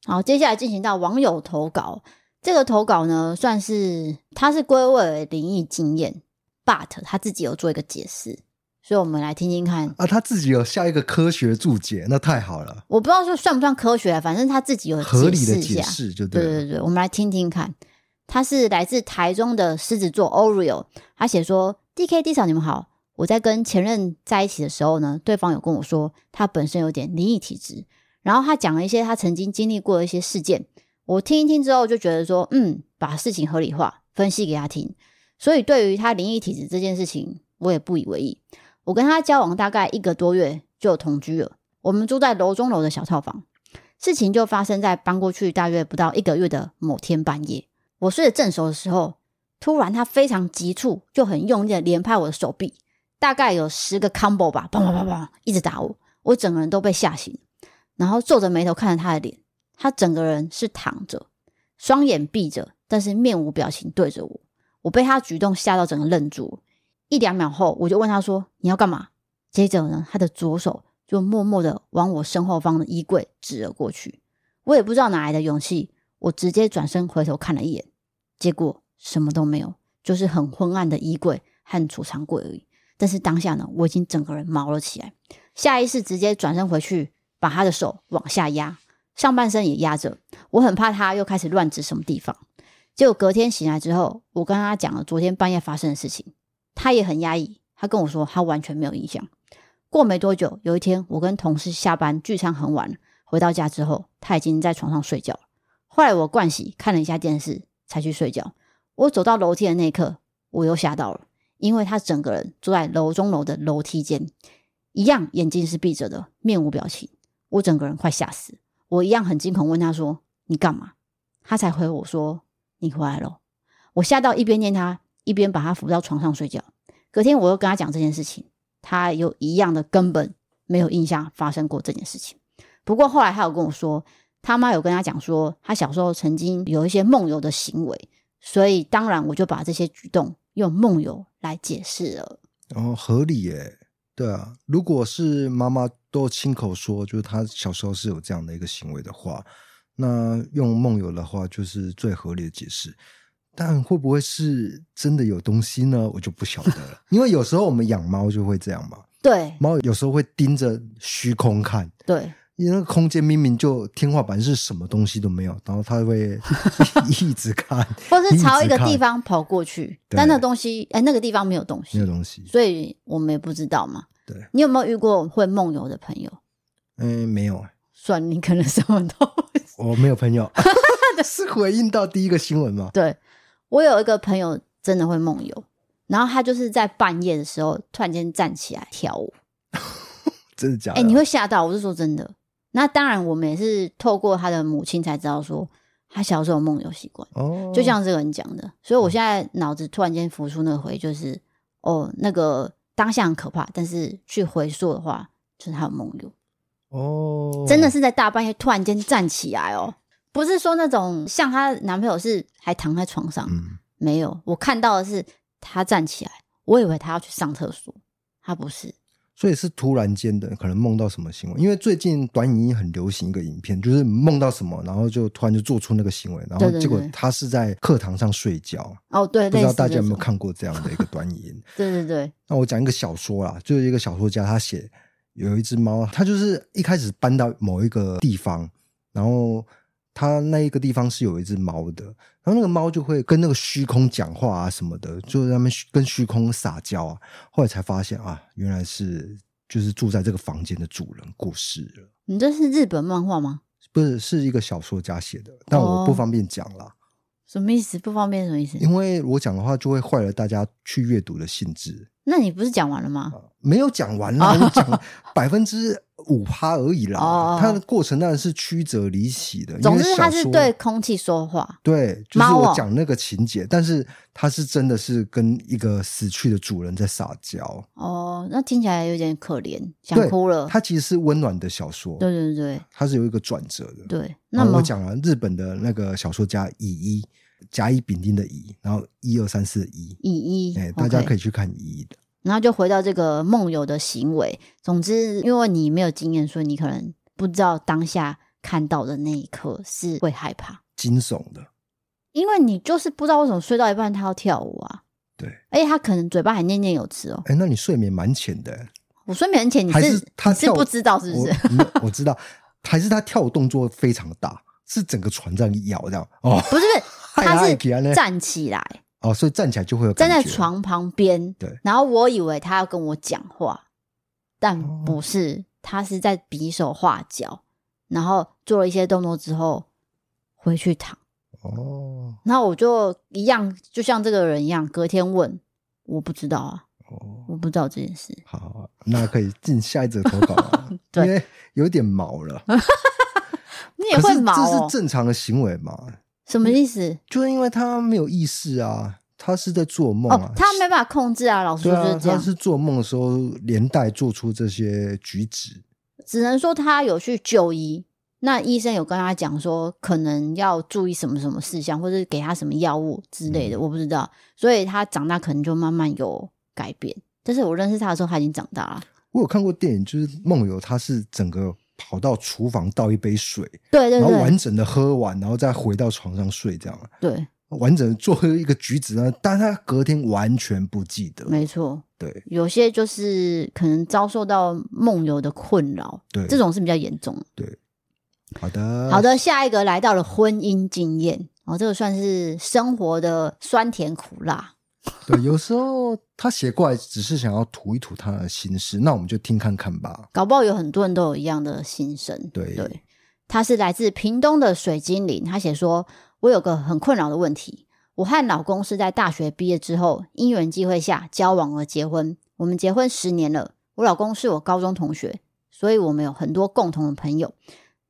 Speaker 1: 好，接下来进行到网友投稿。这个投稿呢，算是它是归位为灵异经验，but 他自己有做一个解释，所以我们来听听看。
Speaker 2: 啊，他自己有下一个科学注解，那太好了，
Speaker 1: 我不知道说算不算科学啊，反正他自己有
Speaker 2: 合理的
Speaker 1: 一
Speaker 2: 解
Speaker 1: 下。
Speaker 2: 释就
Speaker 1: 对
Speaker 2: 了。
Speaker 1: 对对，我们来听听看。他是来自台中的狮子座 Oreo，他写说：“D K D 嫂，你们好。我在跟前任在一起的时候呢，对方有跟我说他本身有点灵异体质，然后他讲了一些他曾经经历过的一些事件。我听一听之后就觉得说，嗯，把事情合理化，分析给他听。所以对于他灵异体质这件事情，我也不以为意。我跟他交往大概一个多月就有同居了，我们住在楼中楼的小套房。事情就发生在搬过去大约不到一个月的某天半夜，我睡得正熟的时候，突然他非常急促，就很用力的连拍我的手臂，大概有十个 combo 吧，砰砰砰砰，一直打我，我整个人都被吓醒，然后皱着眉头看着他的脸，他整个人是躺着，双眼闭着，但是面无表情对着我，我被他举动吓到整个愣住，一两秒后我就问他说：“你要干嘛？”接着呢，他的左手就默默的往我身后方的衣柜指了过去。我也不知道哪来的勇气，我直接转身回头看了一眼，结果什么都没有，就是很昏暗的衣柜和储藏柜而已。但是当下呢，我已经整个人毛了起来，下意识直接转身回去，把他的手往下压，上半身也压着。我很怕他又开始乱指什么地方。结果隔天醒来之后，我跟他讲了昨天半夜发生的事情，他也很压抑，他跟我说他完全没有印象。过没多久，有一天我跟同事下班聚餐很晚，回到家之后，他已经在床上睡觉了。后来我盥洗，看了一下电视，才去睡觉。我走到楼梯的那一刻，我又吓到了，因为他整个人坐在楼中楼的楼梯间，一样眼睛是闭着的，面无表情。我整个人快吓死，我一样很惊恐，问他说：“你干嘛？”他才回我说：“你回来了。”我吓到，一边念他，一边把他扶到床上睡觉。隔天我又跟他讲这件事情，他有一样的根本没有印象发生过这件事情。不过后来他有跟我说，他妈有跟他讲说，他小时候曾经有一些梦游的行为，所以当然我就把这些举动用梦游来解释了。
Speaker 2: 然后哦合理耶，对啊。如果是妈妈都亲口说，就是她小时候是有这样的一个行为的话，那用梦游的话，就是最合理的解释。但会不会是真的有东西呢？我就不晓得 了，因为有时候我们养猫就会这样嘛，
Speaker 1: 对
Speaker 2: 猫有时候会盯着虚空看，
Speaker 1: 对，
Speaker 2: 因为那个空间明明就天花板是什么东西都没有，然后它会 一直看，
Speaker 1: 或是朝一个
Speaker 2: 一直看
Speaker 1: 地方跑过去，
Speaker 2: 对
Speaker 1: 但那个东西，哎、那个地方没有东
Speaker 2: 没有
Speaker 1: 西，
Speaker 2: 东西。
Speaker 1: 所以我们也不知道嘛。
Speaker 2: 对，
Speaker 1: 你有没有遇过会梦游的朋友？
Speaker 2: 嗯，没有，
Speaker 1: 算你可能什么都不知
Speaker 2: 我没有 朋友。是回应到第一个新闻吗？
Speaker 1: 对我有一个朋友真的会梦游，然后他就是在半夜的时候突然间站起来跳舞，
Speaker 2: 真的假
Speaker 1: 哎、
Speaker 2: 的？
Speaker 1: 你会吓到，我是说真的。那当然，我们也是透过他的母亲才知道说他小时候有梦游习惯，
Speaker 2: 哦，嗯
Speaker 1: 就像这个人讲的。所以我现在脑子突然间浮出那个回忆，就是哦，那个当下很可怕，但是去回溯的话，就是他有梦游。
Speaker 2: 哦，
Speaker 1: 真的是在大半夜突然间站起来哦，不是说那种像她男朋友是还躺在床上，
Speaker 2: 嗯，
Speaker 1: 没有，我看到的是她站起来，我以为她要去上厕所，她不是，
Speaker 2: 所以是突然间的，可能梦到什么行为？因为最近短影音很流行一个影片，就是梦到什么，然后就突然就做出那个行为，然后
Speaker 1: 对对
Speaker 2: 结果
Speaker 1: 对
Speaker 2: 他是在课堂上睡觉。
Speaker 1: 哦，对，
Speaker 2: 不
Speaker 1: 类
Speaker 2: 知道
Speaker 1: 似
Speaker 2: 大家
Speaker 1: 这
Speaker 2: 有没有
Speaker 1: 种，
Speaker 2: 看过这样的一个短影音？
Speaker 1: 对对对，
Speaker 2: 那我讲一个小说啦，就是一个小说家，他写有一只猫，它就是一开始搬到某一个地方，然后它那一个地方是有一只猫的，然后那个猫就会跟那个虚空讲话啊什么的，就在那边虚跟虚空撒娇啊。后来才发现啊，原来是就是住在这个房间的主人过世了，
Speaker 1: 你这是日本漫画吗？
Speaker 2: 不是是一个小说家写的，但我不
Speaker 1: 哦
Speaker 2: 方便讲啦。
Speaker 1: 什么意思？不方便什么意思？
Speaker 2: 因为我讲的话就会坏了大家去阅读的兴致。
Speaker 1: 那你不是讲完了吗？
Speaker 2: 没有讲完啦，我讲百分之五趴而已
Speaker 1: 啊哦
Speaker 2: 啦。它的过程当然是曲折离奇的。因为
Speaker 1: 总之，
Speaker 2: 小
Speaker 1: 她是
Speaker 2: 说
Speaker 1: 对空气说话，
Speaker 2: 对，就是
Speaker 1: 猫哦
Speaker 2: 我讲那个情节，但是它是真的是跟一个死去的主人在撒娇。
Speaker 1: 哦，那听起来有点可怜，想
Speaker 2: 对，
Speaker 1: 哭了，
Speaker 2: 它其实是温暖的小说，
Speaker 1: 呃对对对
Speaker 2: 它是有一个转折的。
Speaker 1: 对，那
Speaker 2: 然后
Speaker 1: 么
Speaker 2: 嗯我讲了日本的那个小说家乙一，甲乙丙丁的乙，然后一二三四的一，
Speaker 1: 乙一
Speaker 2: 哎，，大家
Speaker 1: OK
Speaker 2: 可以去看乙一的。
Speaker 1: 然后就回到这个梦游的行为。总之，因为你没有经验，所以你可能不知道当下看到的那一刻是会害怕，
Speaker 2: 惊悚的，
Speaker 1: 因为你就是不知道为什么睡到一半他要跳舞啊。
Speaker 2: 对。
Speaker 1: 而且他可能嘴巴还念念有词哦。
Speaker 2: 哎，那你睡眠蛮浅的、
Speaker 1: 我睡眠前你
Speaker 2: 还
Speaker 1: 是
Speaker 2: 他
Speaker 1: 你是
Speaker 2: 跳
Speaker 1: 不知道是不是？
Speaker 2: 我没有我知道，还是他跳舞动作非常大，是整个船这样摇这样哦
Speaker 1: 不是不 是，
Speaker 2: 嗨
Speaker 1: 他
Speaker 2: 嗨起来
Speaker 1: 是
Speaker 2: 呢
Speaker 1: 站起来，
Speaker 2: 哦，所以站起来就会有
Speaker 1: 站
Speaker 2: 感
Speaker 1: 在
Speaker 2: 觉
Speaker 1: 床旁边。
Speaker 2: 对
Speaker 1: 然后我以为他要跟我讲话，但
Speaker 2: 哦
Speaker 1: 不是，他是在比手画脚，然后做了一些动作之后回去躺。
Speaker 2: 哦
Speaker 1: 然后我就一样，就像这个人一样，隔天问，我不知道啊，
Speaker 2: 哦，
Speaker 1: 我不知道这件事。，
Speaker 2: 好，啊那可以进下一则投稿了
Speaker 1: 对
Speaker 2: 因为有点毛了，
Speaker 1: 你也
Speaker 2: 可
Speaker 1: 会
Speaker 2: 是
Speaker 1: 毛
Speaker 2: 这
Speaker 1: 哦
Speaker 2: 是？正常的行为嘛？
Speaker 1: 什么意思？
Speaker 2: 就是因为他没有意识啊，他是在做梦啊
Speaker 1: 哦，，他没办法控制啊，老师
Speaker 2: 对
Speaker 1: 就
Speaker 2: 啊
Speaker 1: 是，这
Speaker 2: 他
Speaker 1: 样，
Speaker 2: 是做梦的时候连带做出这些举止，
Speaker 1: 只能说他有去就医。那医生有跟他讲说，可能要注意什么什么事项，或者给他什么药物之类
Speaker 2: 嗯
Speaker 1: 的，我不知道。所以他长大可能就慢慢有改变。但是我认识他的时候，他已经长大了。
Speaker 2: 我有看过电影，就是梦游，他是整个跑到厨房倒一杯水，
Speaker 1: 对对
Speaker 2: 然后完
Speaker 1: 对
Speaker 2: 整的喝完，然后再回到床上睡，这样
Speaker 1: 对，
Speaker 2: 完整地做一个举止呢。但他隔天完全不记得，
Speaker 1: 没错。
Speaker 2: 对
Speaker 1: 有些就是可能遭受到梦游的困扰，
Speaker 2: 对呃
Speaker 1: 这种是比较严重的。
Speaker 2: 对。好的，
Speaker 1: 好，的，下一个来到了婚姻经验，哦，这个算是生活的酸甜苦辣。
Speaker 2: 对，有时候他写过来只是想要吐一吐他的心事，那我们就听看看吧。
Speaker 1: 搞不好有很多人都有一样的心声。
Speaker 2: 对
Speaker 1: 对，他是来自屏东的水精灵，他写说：“我有个很困扰的问题，我和老公是在大学毕业之后，因缘际会下交往而结婚。我们结婚十年了，我老公是我高中同学，所以我们有很多共同的朋友。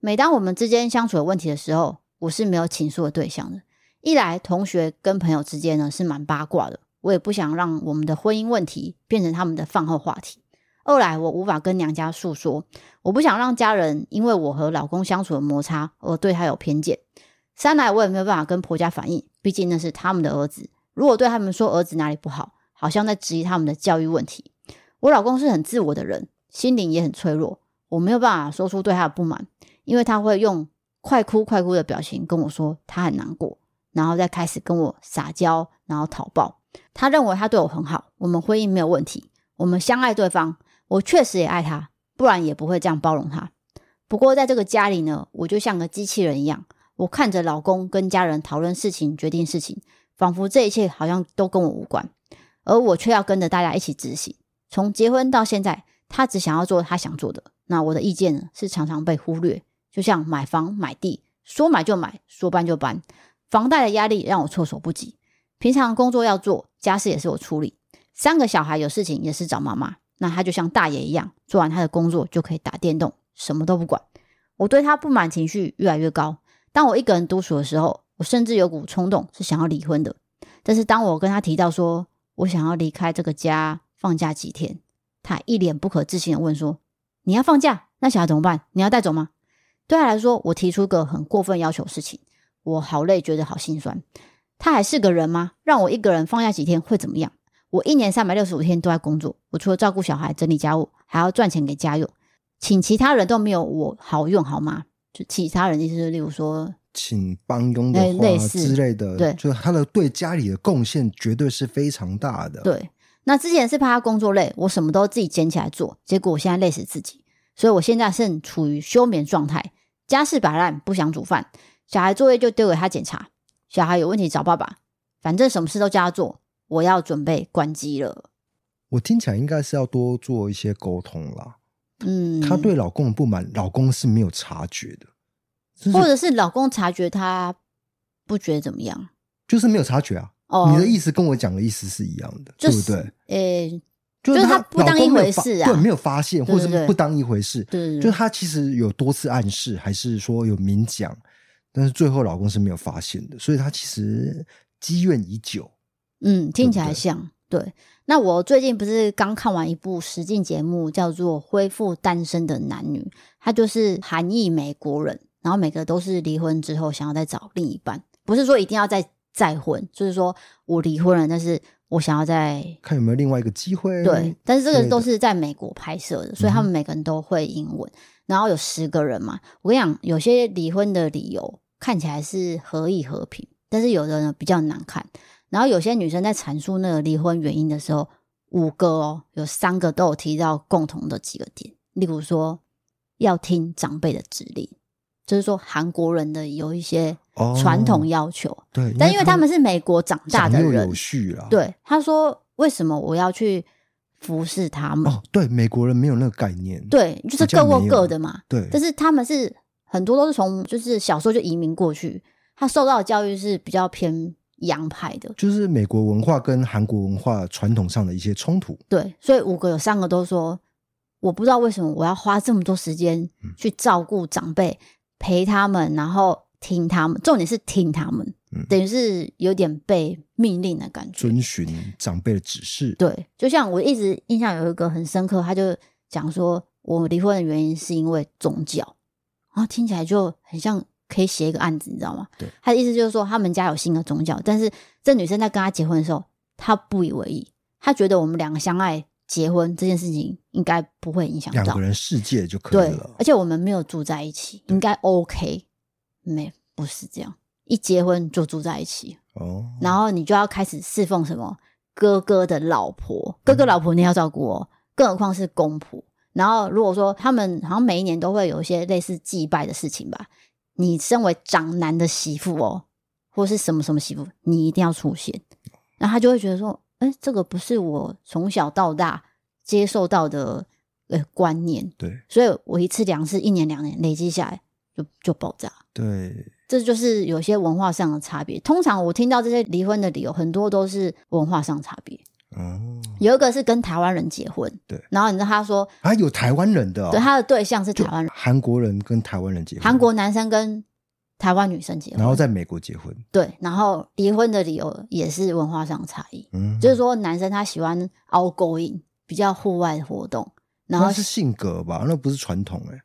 Speaker 1: 每当我们之间相处有问题的时候，我是没有倾诉的对象的。一来，同学跟朋友之间呢是蛮八卦的，我也不想让我们的婚姻问题变成他们的饭后话题。二来，我无法跟娘家诉说，我不想让家人因为我和老公相处的摩擦而对他有偏见。三来，我也没有办法跟婆家反映，毕竟那是他们的儿子。如果对他们说儿子哪里不好，好像在质疑他们的教育问题。我老公是很自我的人，心灵也很脆弱，我没有办法说出对他的不满，因为他会用快哭快哭的表情跟我说他很难过，然后再开始跟我撒娇，然后讨抱。他认为他对我很好，我们婚姻没有问题，我们相爱对方，我确实也爱他，不然也不会这样包容他。不过在这个家里呢，我就像个机器人一样，我看着老公跟家人讨论事情、决定事情，仿佛这一切好像都跟我无关，而我却要跟着大家一起执行。从结婚到现在，他只想要做他想做的，那我的意见呢是常常被忽略。就像买房、买地，说买就买，说搬就搬，房贷的压力让我措手不及。平常工作要做，家事也是我处理，三个小孩有事情也是找妈妈。那他就像大爷一样，做完他的工作就可以打电动，什么都不管。我对他不满情绪越来越高。当我一个人独处的时候，我甚至有股冲动是想要离婚的。但是当我跟他提到说我想要离开这个家，放假几天，他一脸不可置信的问说：“你要放假，那小孩怎么办？你要带走吗？”对他来说，我提出个很过分要求的事情，我好累，觉得好心酸。他还是个人吗？让我一个人放假几天会怎么样？我一年三百六十五天都在工作，我除了照顾小孩、整理家务，还要赚钱给家用，请其他人都没有我好用，好吗？就其他人，就是例如说，
Speaker 2: 请帮佣的
Speaker 1: 哎类
Speaker 2: 话
Speaker 1: 似
Speaker 2: 之类的，
Speaker 1: 对
Speaker 2: 就是他的对家里的贡献绝对是非常大的。，
Speaker 1: 对，那之前是怕他工作累，我什么都自己捡起来做，结果我现在累死自己，所以我现在正处于休眠状态，家事摆烂，不想煮饭，小孩作业就丢给他检查，小孩有问题找爸爸，反正什么事都叫他做，我要准备关机了。
Speaker 2: 我听起来应该是要多做一些沟通啦。
Speaker 1: 嗯，
Speaker 2: 她对老公的不满，老公是没有察觉的，就是
Speaker 1: 或者是老公察觉他不觉得怎么样
Speaker 2: 就是没有察觉啊。
Speaker 1: 哦，
Speaker 2: 你的意思跟我讲的意思是一样的，
Speaker 1: 就是
Speaker 2: 对不对？
Speaker 1: 诶、
Speaker 2: 就
Speaker 1: 就是
Speaker 2: 她
Speaker 1: 她不当
Speaker 2: 老公没
Speaker 1: 一
Speaker 2: 有
Speaker 1: 回
Speaker 2: 发
Speaker 1: 事啊
Speaker 2: 对，没有发现，
Speaker 1: 对
Speaker 2: 或
Speaker 1: 对嗯
Speaker 2: 者
Speaker 1: 对
Speaker 2: 是不当一回事。
Speaker 1: 对对对，
Speaker 2: 就她其实有多次暗示，还是说有明讲，但是最后老公是没有发现的，所以她其实积怨已久。
Speaker 1: 嗯，听起
Speaker 2: 对
Speaker 1: 来
Speaker 2: 不对
Speaker 1: 像对。那我最近不是刚看完一部实境节目，叫做《恢复单身的男女》，他就是韩裔美国人，然后每个都是离婚之后想要再找另一半，不是说一定要再再婚，就是说我离婚了，但是我想要再
Speaker 2: 看有没有另外一个机会。
Speaker 1: 对，，但是这
Speaker 2: 之
Speaker 1: 个
Speaker 2: 类
Speaker 1: 都
Speaker 2: 嗯的
Speaker 1: 是在美国拍摄的，所以他们每个人都会英文。然后有十个人嘛，我跟你讲，有些离婚的理由看起来是合意和平，但是有的呢比较难看。然后有些女生在阐述那个离婚原因的时候，五个哦，有三个都有提到共同的几个点，例如说要听长辈的指令，就是说韩国人的有一些
Speaker 2: 哦
Speaker 1: 传统要求，
Speaker 2: 对，
Speaker 1: 但因为他们是美国长大的
Speaker 2: 长幼
Speaker 1: 人
Speaker 2: 有，序啦。
Speaker 1: 对，他说为什么我要去服侍他们？
Speaker 2: 哦，对，美国人没有那个概念。
Speaker 1: 对，就是
Speaker 2: 好
Speaker 1: 各
Speaker 2: 像
Speaker 1: 过
Speaker 2: 没有
Speaker 1: 各的嘛。
Speaker 2: 对，
Speaker 1: 但是他们是很多都是从就是小时候就移民过去，他受到的教育是比较偏洋派的。
Speaker 2: 就是美国文化跟韩国文化传统上的一些冲突。
Speaker 1: 对，所以五个有三个都说，我不知道为什么我要花这么多时间
Speaker 2: 嗯
Speaker 1: 去照顾长辈，陪他们，然后听他们，重点是听他们，
Speaker 2: 嗯
Speaker 1: 等于是有点被命令的感觉。
Speaker 2: 遵循长辈的指示。
Speaker 1: 对，就像我一直印象有一个很深刻，他就讲说我离婚的原因是因为宗教，然后听起来就很像可以写一个案子，你知道吗？
Speaker 2: 对，
Speaker 1: 他的意思就是说他们家有信个宗教，但是这女生在跟他结婚的时候，她不以为意，她觉得我们两个相爱结婚这件事情应该不会影响
Speaker 2: 两
Speaker 1: 到
Speaker 2: 个，人世界就可以
Speaker 1: 对
Speaker 2: 了，
Speaker 1: 而。且我们没有住在一起，应该 OK，没不是这样，一结婚就住在一起，
Speaker 2: 哦，
Speaker 1: 然后你就要开始侍奉什么哥哥的老婆，哥哥老婆你要照顾哦，更何况是公婆。然后如果说他们好像每一年都会有一些类似祭拜的事情吧，你身为长男的媳妇哦，或是什么什么媳妇，你一定要出现。然后他就会觉得说，哎，这个不是我从小到大接受到的呃观念，
Speaker 2: 对
Speaker 1: 所以我一次两次，一年两年累积下来就就爆炸。
Speaker 2: 对，
Speaker 1: 这就是有些文化上的差别。通常我听到这些离婚的理由，很多都是文化上差别。
Speaker 2: 哦，
Speaker 1: 有一个是跟台湾人结婚，
Speaker 2: 对
Speaker 1: 然后你知道他说，
Speaker 2: 啊，有台湾人的、哦，
Speaker 1: 对他的对象是台湾人，
Speaker 2: 韩国人跟台湾人结婚，
Speaker 1: 韩国男生跟台湾女生结婚，
Speaker 2: 然后在美国结婚，
Speaker 1: 对，然后离婚的理由也是文化上的差异，
Speaker 2: 嗯，
Speaker 1: 就是说男生他喜欢 outgoing，比较户外的活动，然后
Speaker 2: 那是性格吧，那不是传统哎、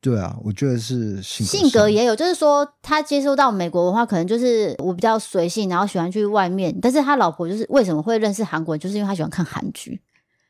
Speaker 2: 对啊，我觉得是性格上
Speaker 1: 性格也有，就是说他接受到美国文化，可能就是我比较随性，然后喜欢去外面。但是他老婆就是为什么会认识韩国人，就是因为他喜欢看韩剧。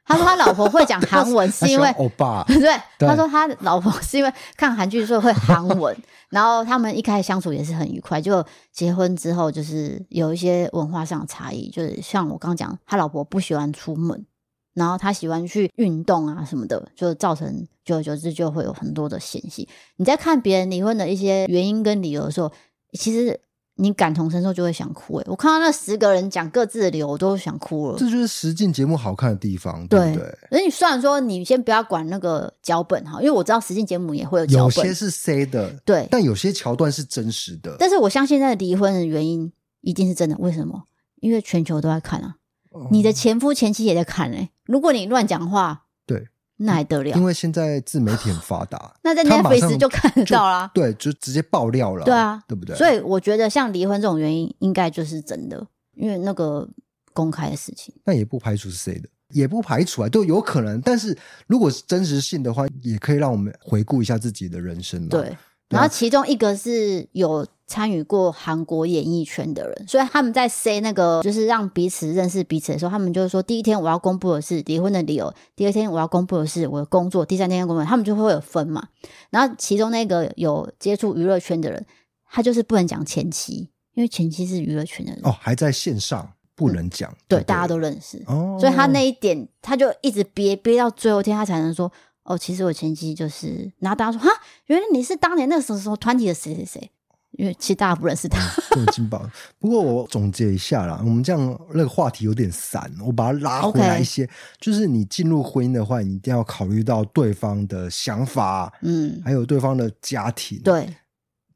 Speaker 1: 他说他老婆会讲 韩文是因
Speaker 2: 他
Speaker 1: 为，
Speaker 2: 喜欢欧巴
Speaker 1: 对，
Speaker 2: 对
Speaker 1: 他说他老婆是因为看韩剧所以会韩文，然后他们一开始相处也是很愉快，就结婚之后就是有一些文化上的差异，就是像我刚讲，他老婆不喜欢出门，然后他喜欢去运动啊什么的，就造成久而久之就会有很多的嫌隙。你在看别人离婚的一些原因跟理由的时候，其实你感同身受就会想哭、欸。我看到那十个人讲各自的理由，我都想哭了。
Speaker 2: 这就是实境节目好看的地方，
Speaker 1: 对
Speaker 2: 不对？
Speaker 1: 可是你虽然说你先不要管那个脚本哈，因为我知道实境节目也会有脚
Speaker 2: 有些
Speaker 1: 本，
Speaker 2: 是 C 的，
Speaker 1: 对。
Speaker 2: 但有些桥段是真实的。
Speaker 1: 但是我相信那离婚的原因一定是真的，为什么？因为全球都在看啊，
Speaker 2: 嗯
Speaker 1: 你的前夫前妻也在看嘞、如果你乱讲话，
Speaker 2: 对，
Speaker 1: 那还得了，
Speaker 2: 因？为现在自媒体很发达
Speaker 1: 那在
Speaker 2: 他马上
Speaker 1: Netflix 就看得到啦。
Speaker 2: 对，就直接爆料了，
Speaker 1: 对啊
Speaker 2: 对不对？
Speaker 1: 所以我觉得像离婚这种原因，应该就是真的，因为那个公开的事情。
Speaker 2: 但也不排除是谁的，也不排除啊，都有可能。但是如果是真实性的话，也可以让我们回顾一下自己的人生嘛。
Speaker 1: 对，啊然后其中一个是有参与过韩国演艺圈的人，所以他们在 say 那个就是让彼此认识彼此的时候，他们就是说，第一天我要公布的是离婚的理由，第二天我要公布的是我的工作，第三天要公布的，他们就会有分嘛。然后其中那个有接触娱乐圈的人，他就是不能讲前妻，因为前妻是娱乐圈的人，
Speaker 2: 哦，还在线上不能讲，
Speaker 1: 嗯对，
Speaker 2: 不
Speaker 1: 大家都认识。
Speaker 2: 哦，
Speaker 1: 所以他那一点，他就一直憋憋到最后一天，他才能说哦，其实我前妻就是，然后大家说哈，原来你是当年那个什么什么团体的谁谁谁，因为其实大家不认识他，
Speaker 2: 这么劲爆。不过我总结一下啦，我们这样那个话题有点散，我把它拉回来
Speaker 1: OK
Speaker 2: 一些。就是你进入婚姻的话，你一定要考虑到对方的想法，
Speaker 1: 嗯，
Speaker 2: 还有对方的家庭。，
Speaker 1: 对，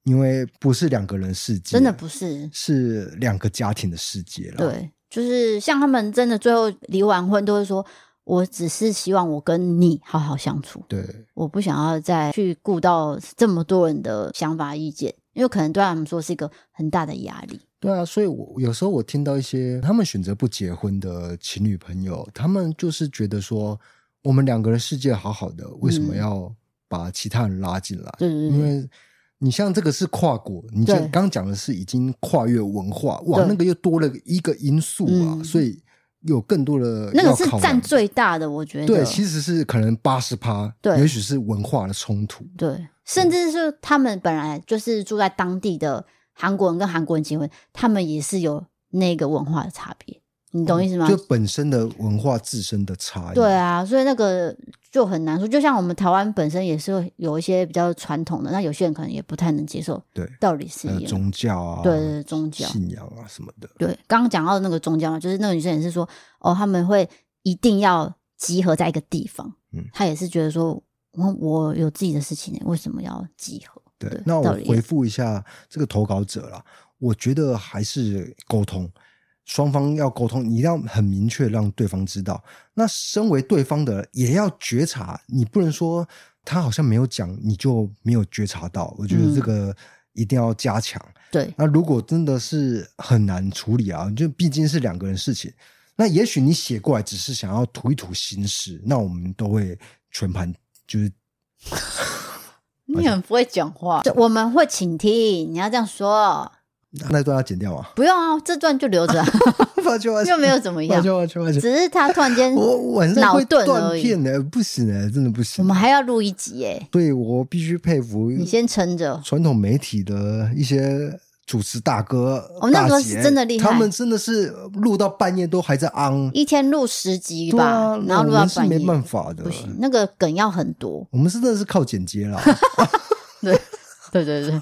Speaker 2: 因为不嗯是两个人世界，
Speaker 1: 真的不是，
Speaker 2: 是啊两个家庭的世界了。，
Speaker 1: 对，就是像他们真的最后离完婚都会说，我只是希望我跟你好好相处，
Speaker 2: 对，
Speaker 1: 我不想要再去顾到这么多人的想法意见，因为可能对他们说是一个很大的压力，
Speaker 2: 对啊，所以我有时候我听到一些他们选择不结婚的情侣朋友，他们就是觉得说，我们两个人世界好好的，为什么
Speaker 1: 嗯
Speaker 2: 要把其他人拉进来？
Speaker 1: 对对
Speaker 2: 因
Speaker 1: 对，
Speaker 2: 为你像这个是跨国，你这
Speaker 1: 对
Speaker 2: 刚讲的是已经跨越文化，哇，
Speaker 1: 对
Speaker 2: 那个又多了一个因素啊，
Speaker 1: 嗯
Speaker 2: 所以有更多的
Speaker 1: 那
Speaker 2: 要
Speaker 1: 个是
Speaker 2: 考量
Speaker 1: 占最大的，我觉得
Speaker 2: 对，其实是可能八十趴，
Speaker 1: 对
Speaker 2: 也许是文化的冲突，
Speaker 1: 对，甚至是他们本来就是住在当地的韩国人跟韩国人结婚，他们也是有那个文化的差别，你懂意思吗？
Speaker 2: 就嗯本身的文化自身的差异，
Speaker 1: 对啊，所以那个就很难说。就像我们台湾本身也是会有一些比较传统的，那有些人可能也不太能接受，
Speaker 2: 对，
Speaker 1: 道理是
Speaker 2: 还有
Speaker 1: 一样。
Speaker 2: 宗教啊，
Speaker 1: 对对对宗教
Speaker 2: 信仰啊什么的，
Speaker 1: 对，刚刚讲到那个宗教嘛，就是那个女生也是说，哦，他们会一定要集合在一个地方，
Speaker 2: 嗯
Speaker 1: 她也是觉得说，我我有自己的事情，为什么要集合？
Speaker 2: 对
Speaker 1: 对，
Speaker 2: 那我
Speaker 1: 道理啊
Speaker 2: 回复一下这个投稿者啦，我觉得还是沟通，双方要沟通，你一定要很明确让对方知道。那身为对方的也要觉察，你不能说他好像没有讲，你就没有觉察到。我觉得这
Speaker 1: 嗯
Speaker 2: 个一定要加强。
Speaker 1: 对，
Speaker 2: 那如果真的是很难处理啊，就毕竟是两个人事情，那也许你写过来只是想要吐一吐心事，那我们都会全盘就是
Speaker 1: 你很不会讲话，这我们会倾听。你要这样说，
Speaker 2: 那段要剪掉 啊，
Speaker 1: 不用啊，这段就 留着、啊，
Speaker 2: 抱歉，抱歉
Speaker 1: 又没有嗯怎么
Speaker 2: 抱
Speaker 1: 样，
Speaker 2: 歉，抱歉，抱歉。
Speaker 1: 只是他突然间，
Speaker 2: 我
Speaker 1: 我
Speaker 2: 晚上会
Speaker 1: 脑钝
Speaker 2: 断
Speaker 1: 而已
Speaker 2: 片的、不行哎、真的不行。
Speaker 1: 们还要录一集耶、
Speaker 2: 对我必须佩服
Speaker 1: 你先撑着。
Speaker 2: 传统媒体的一些主持大哥、
Speaker 1: 哦那时候
Speaker 2: 大姐
Speaker 1: 是真的厉害
Speaker 2: 他们真的是录到半夜都还在昂，
Speaker 1: 一天录十集
Speaker 2: 对
Speaker 1: 吧，
Speaker 2: 啊，
Speaker 1: 然后录
Speaker 2: 我
Speaker 1: 到
Speaker 2: 们是
Speaker 1: 半夜，
Speaker 2: 没办法的
Speaker 1: 不。行，那个梗要很多。
Speaker 2: 我们是真的是靠剪 接啦，
Speaker 1: 对，对对对。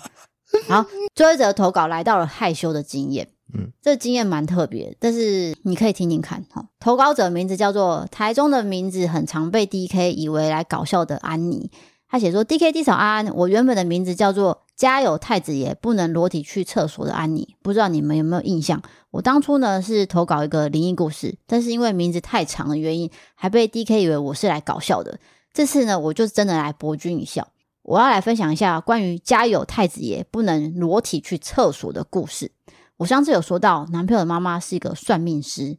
Speaker 1: 好，最后一则投稿来到了害羞的经验。
Speaker 2: 嗯
Speaker 1: 嗯，这经验蛮特别，但是你可以听听看哈。投稿者名字叫做台中的名字很常被 D K 以为来搞笑的安妮，他写说 D K D 嫂安安，我原本的名字叫做家有太子爷不能裸体去厕所的安妮，不知道你们有没有印象？我当初呢是投稿一个灵异故事，但是因为名字太长的原因，还被 D K 以为我是来搞笑的。这次呢，我就真的来博君一笑。我要来分享一下关于家有太子爷不能裸体去厕所的故事。我上次有说到，男朋友的妈妈是一个算命师。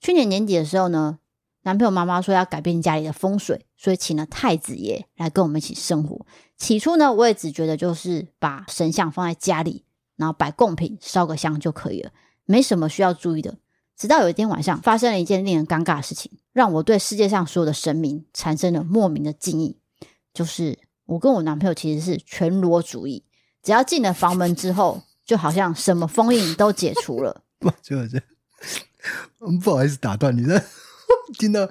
Speaker 1: 去年年底的时候呢，男朋友妈妈说要改变家里的风水，所以请了太子爷来跟我们一起生活。起初呢，我也只觉得就是把神像放在家里，然后摆贡品、烧个香就可以了，没什么需要注意的。直到有一天晚上，发生了一件令人尴尬的事情，让我对世界上所有的神明产生了莫名的敬意。就是我跟我男朋友其实是全裸主义，只要进了房门之后，就好像什么封印都解除了。
Speaker 2: 我觉得这，嗯 不好意思打断你，这 听到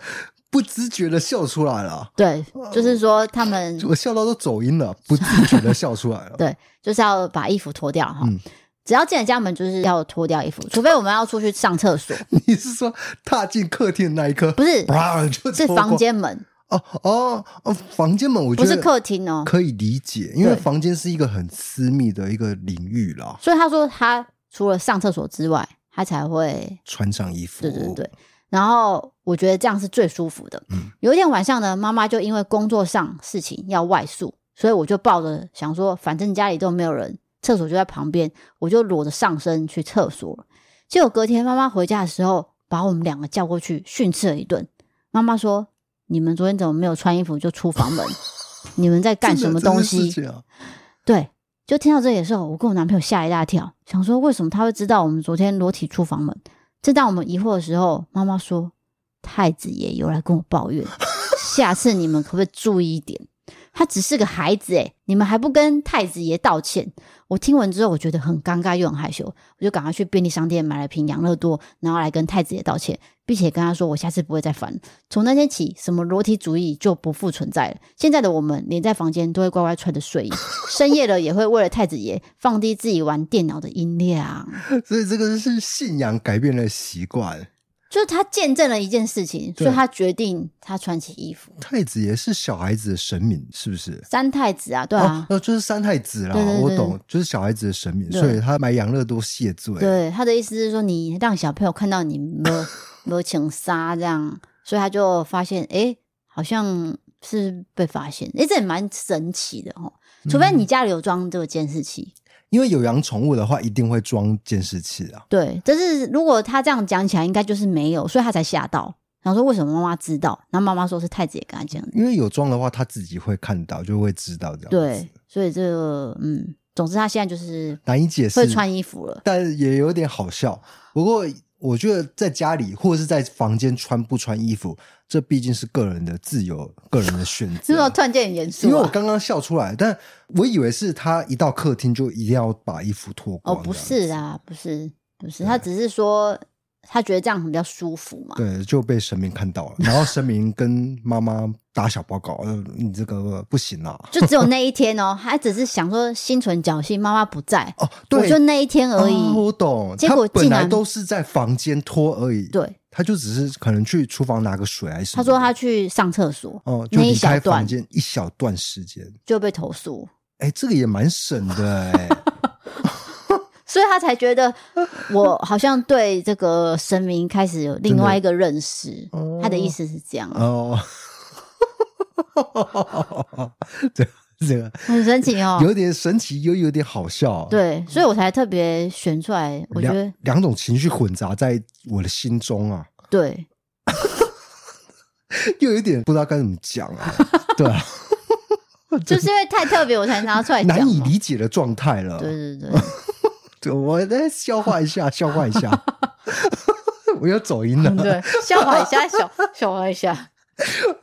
Speaker 2: 不自觉的笑出来了，
Speaker 1: 对，
Speaker 2: 嗯
Speaker 1: 就是说他们
Speaker 2: 我笑到都走音了，不自觉的笑出来了。
Speaker 1: 对就是要把衣服脱掉哈。
Speaker 2: 嗯
Speaker 1: 只要进了家门，就是要脱掉衣服，除非我们要出去上厕所，
Speaker 2: 你是说踏进客厅的那一刻，
Speaker 1: 不是
Speaker 2: 啪就是脱光
Speaker 1: 房间门，
Speaker 2: 哦哦哦，房间门我觉
Speaker 1: 不
Speaker 2: 得
Speaker 1: 是客厅哦。
Speaker 2: 可以理解，因
Speaker 1: 对
Speaker 2: 为房间是一个很私密的一个领域啦，
Speaker 1: 所以他说他除了上厕所之外，他才会
Speaker 2: 穿上衣服，
Speaker 1: 对对对。然后我觉得这样是最舒服的。
Speaker 2: 嗯
Speaker 1: 有一天晚上呢，妈妈就因为工作上事情要外宿，所以我就抱着想说，反正家里都没有人，厕所就在旁边，我就裸着上身去厕所了。结果隔天妈妈回家的时候，把我们两个叫过去训斥了一顿。妈妈说：“你们昨天怎么没有穿衣服就出房门？你们在干什么东西？”
Speaker 2: 真的真的是这样
Speaker 1: 对，就听到这里的时候，我跟我男朋友吓一大跳，想说为什么他会知道我们昨天裸体出房门？正当我们疑惑的时候，妈妈说太子爷有来跟我抱怨，下次你们可不可以注意一点？他只是个孩子诶、你们还不跟太子爷道歉？我听完之后，我觉得很尴尬又很害羞，我就赶快去便利商店买了瓶养乐多，然后来跟太子爷道歉，并且跟他说我下次不会再犯了。从那天起，什么裸体主义就不复存在了。现在的我们连在房间都会乖乖穿着睡衣，深夜了也会为了太子爷放低自己玩电脑的音量。
Speaker 2: 所以这个是信仰改变了习惯。
Speaker 1: 就是他见证了一件事情，
Speaker 2: 对
Speaker 1: 所以他决定他穿起衣服。
Speaker 2: 太子爷是小孩子的神明，是不是？
Speaker 1: 三太子啊，对啊，
Speaker 2: 哦，那就是三太子啦，
Speaker 1: 对对对
Speaker 2: 我懂，就是小孩子的神明，
Speaker 1: 对
Speaker 2: 所以他买养乐多谢罪。
Speaker 1: 对他的意思是说，你让小朋友看到你没有没有请杀这样，所以他就发现，诶，好像是被发现，诶，这也蛮神奇的哦。
Speaker 2: 嗯
Speaker 1: 除非你家里有装这个监视器，
Speaker 2: 因为有养宠物的话，一定会装监视器啊。
Speaker 1: 对，但是如果他这样讲起来，应该就是没有，所以他才吓到，然后说为什么妈妈知道？然后妈妈说是太子爷跟他讲的，
Speaker 2: 因为有装的话，他自己会看到，就会知道这样。
Speaker 1: 对，，所以这个嗯，总之他现在就是
Speaker 2: 难以解释。
Speaker 1: 会穿衣服了，
Speaker 2: 但也有点好笑。不过我觉得在家里或者是在房间穿不穿衣服，这毕竟是个人的自由，个人的选
Speaker 1: 是不是
Speaker 2: 择。
Speaker 1: 突然间很严
Speaker 2: 因
Speaker 1: 肃
Speaker 2: 为我
Speaker 1: 啊？
Speaker 2: 刚刚笑出来，但我以为是他一到客厅就一定要把衣服脱
Speaker 1: 哦，
Speaker 2: 光。
Speaker 1: 不
Speaker 2: 这样
Speaker 1: 是啊，不是，不是，他只是说他觉得这样比较舒服嘛。
Speaker 2: 对，就被神明看到了，然后神明跟妈妈打小报告，呃你这个不行啊。
Speaker 1: 就只有那一天哦，他只是想说心存侥幸，妈妈不在，
Speaker 2: 哦，
Speaker 1: 我
Speaker 2: 对，
Speaker 1: 就那一天而已。
Speaker 2: 哦我懂。
Speaker 1: 结果
Speaker 2: 他本
Speaker 1: 竟
Speaker 2: 来
Speaker 1: 然
Speaker 2: 都是在房间脱而已，，
Speaker 1: 对，
Speaker 2: 他就只是可能去厨房拿个水还是什
Speaker 1: 他
Speaker 2: 么的。
Speaker 1: 说他去上厕所，
Speaker 2: 哦，就
Speaker 1: 那一
Speaker 2: 离
Speaker 1: 小
Speaker 2: 开
Speaker 1: 段
Speaker 2: 房间一小段时间。
Speaker 1: 就被投诉，
Speaker 2: 哎，这个也蛮省的 哎、
Speaker 1: 所以他才觉 得我好像对这个神明开始有另外一个认识
Speaker 2: 真的哦。
Speaker 1: 他的意思是这样，
Speaker 2: 哦， 这个这个
Speaker 1: 很神奇哦。
Speaker 2: 有点神奇又有点好笑。，
Speaker 1: 对，所以我才特别选出来，我觉得
Speaker 2: 两两种情绪混杂在我的心中啊，
Speaker 1: 对，
Speaker 2: 又有点不知道该怎么讲啊，对啊，
Speaker 1: 就是因为太特别，我才拿出来 讲
Speaker 2: 难以
Speaker 1: 嘛。
Speaker 2: 理解的状态了。
Speaker 1: 对对对，
Speaker 2: 对，我再消化一下，消化一 下。 我要走音了，
Speaker 1: 对，笑话一下，笑笑话一下。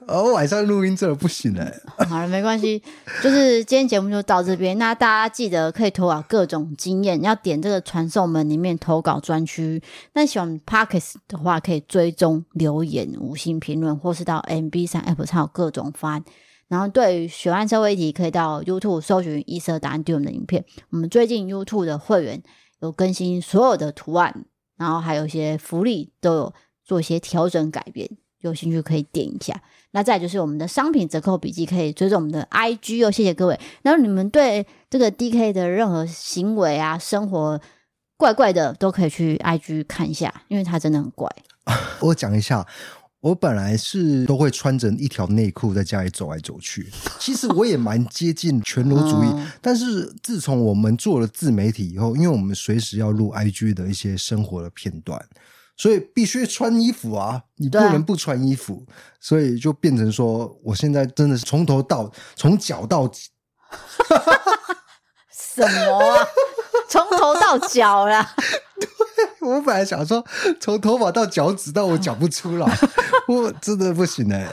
Speaker 2: 呃，我晚上录音真的不行了。
Speaker 1: 好了，没关系，就是今天节目就到这边。那大家记得可以投稿各种经验，要点这个传送门里面投稿专区。那喜欢 Parkes 的话，可以追踪留言、五星评论，或是到 MB 三 App 上有各种方案。然后对于学案社会议题，可以到 YouTube 搜寻“一色答案”对我们的影片。我们最近 YouTube 的会员有更新所有的图案，然后还有一些福利都有做一些调整改变，有兴趣可以点一下。那再来就是我们的商品折扣笔记，可以追踪我们的 IG 哦，谢谢各位。然后你们对这个 DK 的任何行为啊、生活怪怪的，都可以去 IG 看一下，因为他真的很怪。
Speaker 2: 我讲一下，我本来是都会穿着一条内裤在家里走来走 去，其实我也蛮接近全裸主义。
Speaker 1: 嗯
Speaker 2: 但是自从我们做了自媒体以后，因为我们随时要录 IG 的一些生活的片段，所以必须穿衣服啊，你不
Speaker 1: 对啊
Speaker 2: 能不穿衣服，所以就变成说，我现在真的是从头到从脚到
Speaker 1: 什么啊？从头到脚啦，
Speaker 2: 我本来想说，从头发到脚趾，但我讲不出 来，我真的不行哎、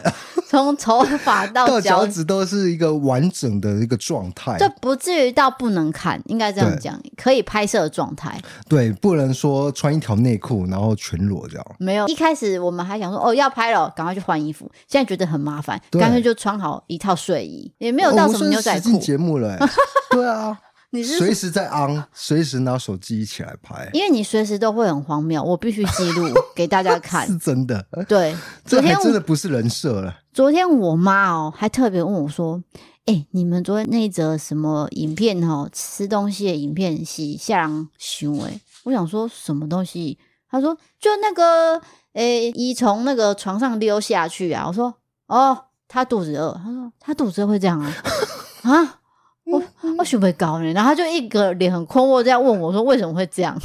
Speaker 1: 从头发到
Speaker 2: 到
Speaker 1: 脚
Speaker 2: 脚
Speaker 1: 趾，
Speaker 2: 趾都是一个完整的一个状态，
Speaker 1: 这不至于到不能看，应该这样讲，可以拍摄的状态。
Speaker 2: 对，不能说穿一条内裤然后全裸这样。
Speaker 1: 没有，一开始我们还想说哦要拍了，赶快去换衣服。现在觉得很麻烦，
Speaker 2: 对
Speaker 1: 干脆就穿好一套睡衣，也没有到什么牛仔
Speaker 2: 哦我们算是
Speaker 1: 裤
Speaker 2: 实境。节目 了、欸，对啊，
Speaker 1: 你是
Speaker 2: 随时在昂，随时拿手机起来拍，
Speaker 1: 因为你随时都会很荒谬，我必须记 录给大家看
Speaker 2: 是。真的。
Speaker 1: 对，昨
Speaker 2: 这还
Speaker 1: 天
Speaker 2: 真
Speaker 1: 我
Speaker 2: 的不是人设了，
Speaker 1: 昨天我妈哦还特别问我说：“哎、你们昨天那一则什么影片哦，吃东西的影片是下人行为？”我想说什么东西？她说：“就那个诶，一从那个床上溜下去啊。”我说：“哦，她肚子饿。”她说：“她肚子饿会这样啊？” 啊，我
Speaker 2: 嗯
Speaker 1: 我学不高呢。然后她就一个脸很困惑这样问我说：“为什么会这样？”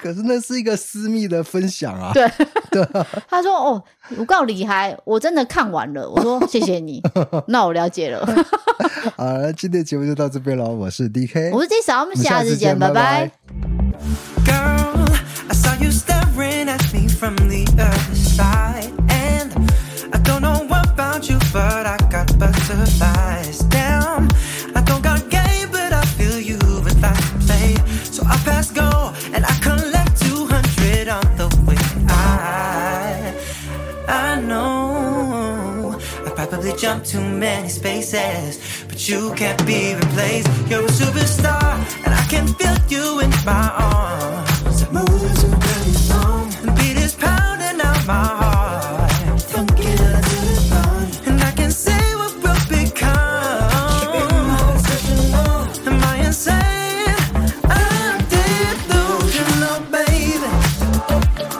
Speaker 2: 可是那是一个私密的分享啊。
Speaker 1: 对他说：“哦，我告厉害，我真的看完了。”我说：“谢谢 你，那我了 解了。
Speaker 2: 好了，今天节目就到这边了，我是 DK，”
Speaker 1: 我是 J 少，我们下次见，
Speaker 2: 拜
Speaker 1: 拜拜
Speaker 2: 拜
Speaker 3: Girl, I saw you staring at me from the other side. And I don't know about you, but I got butterflies. Damn, I don't got game, but I feel you with that play. So I pass go and I collect 200 on the way. I, I know I probably jumped too many spaces, but you can't be replaced. You're a superstar, and I can feel you in my arms. Moves are really strong. The beat is pounding out my heart. Funky to the bone. And I can see what we'll become. Am I insane? I did lose you, know, baby.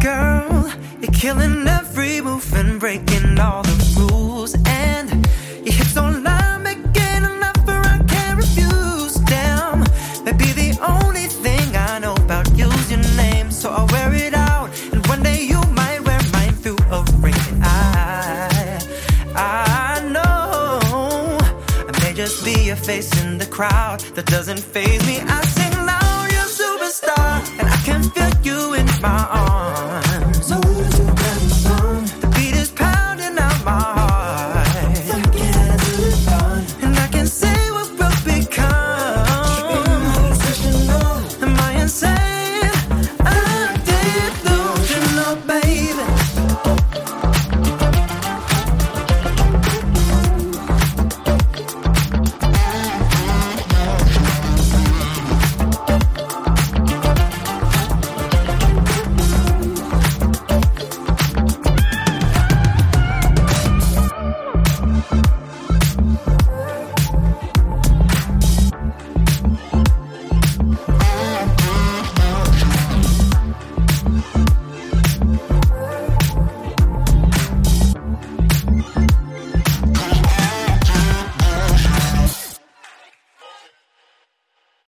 Speaker 3: Girl, you're killing every move and breaking all the rules. And your hips on line, making an offer I can't refuse. Damn, maybe the only thing I know about you's your name. So I'll wear it out, and one day you might wear mine through a ring. I, I know I may just be a face in the crowd that doesn't phase me. I sing loud, you're a superstar, and I can feel you in my arms.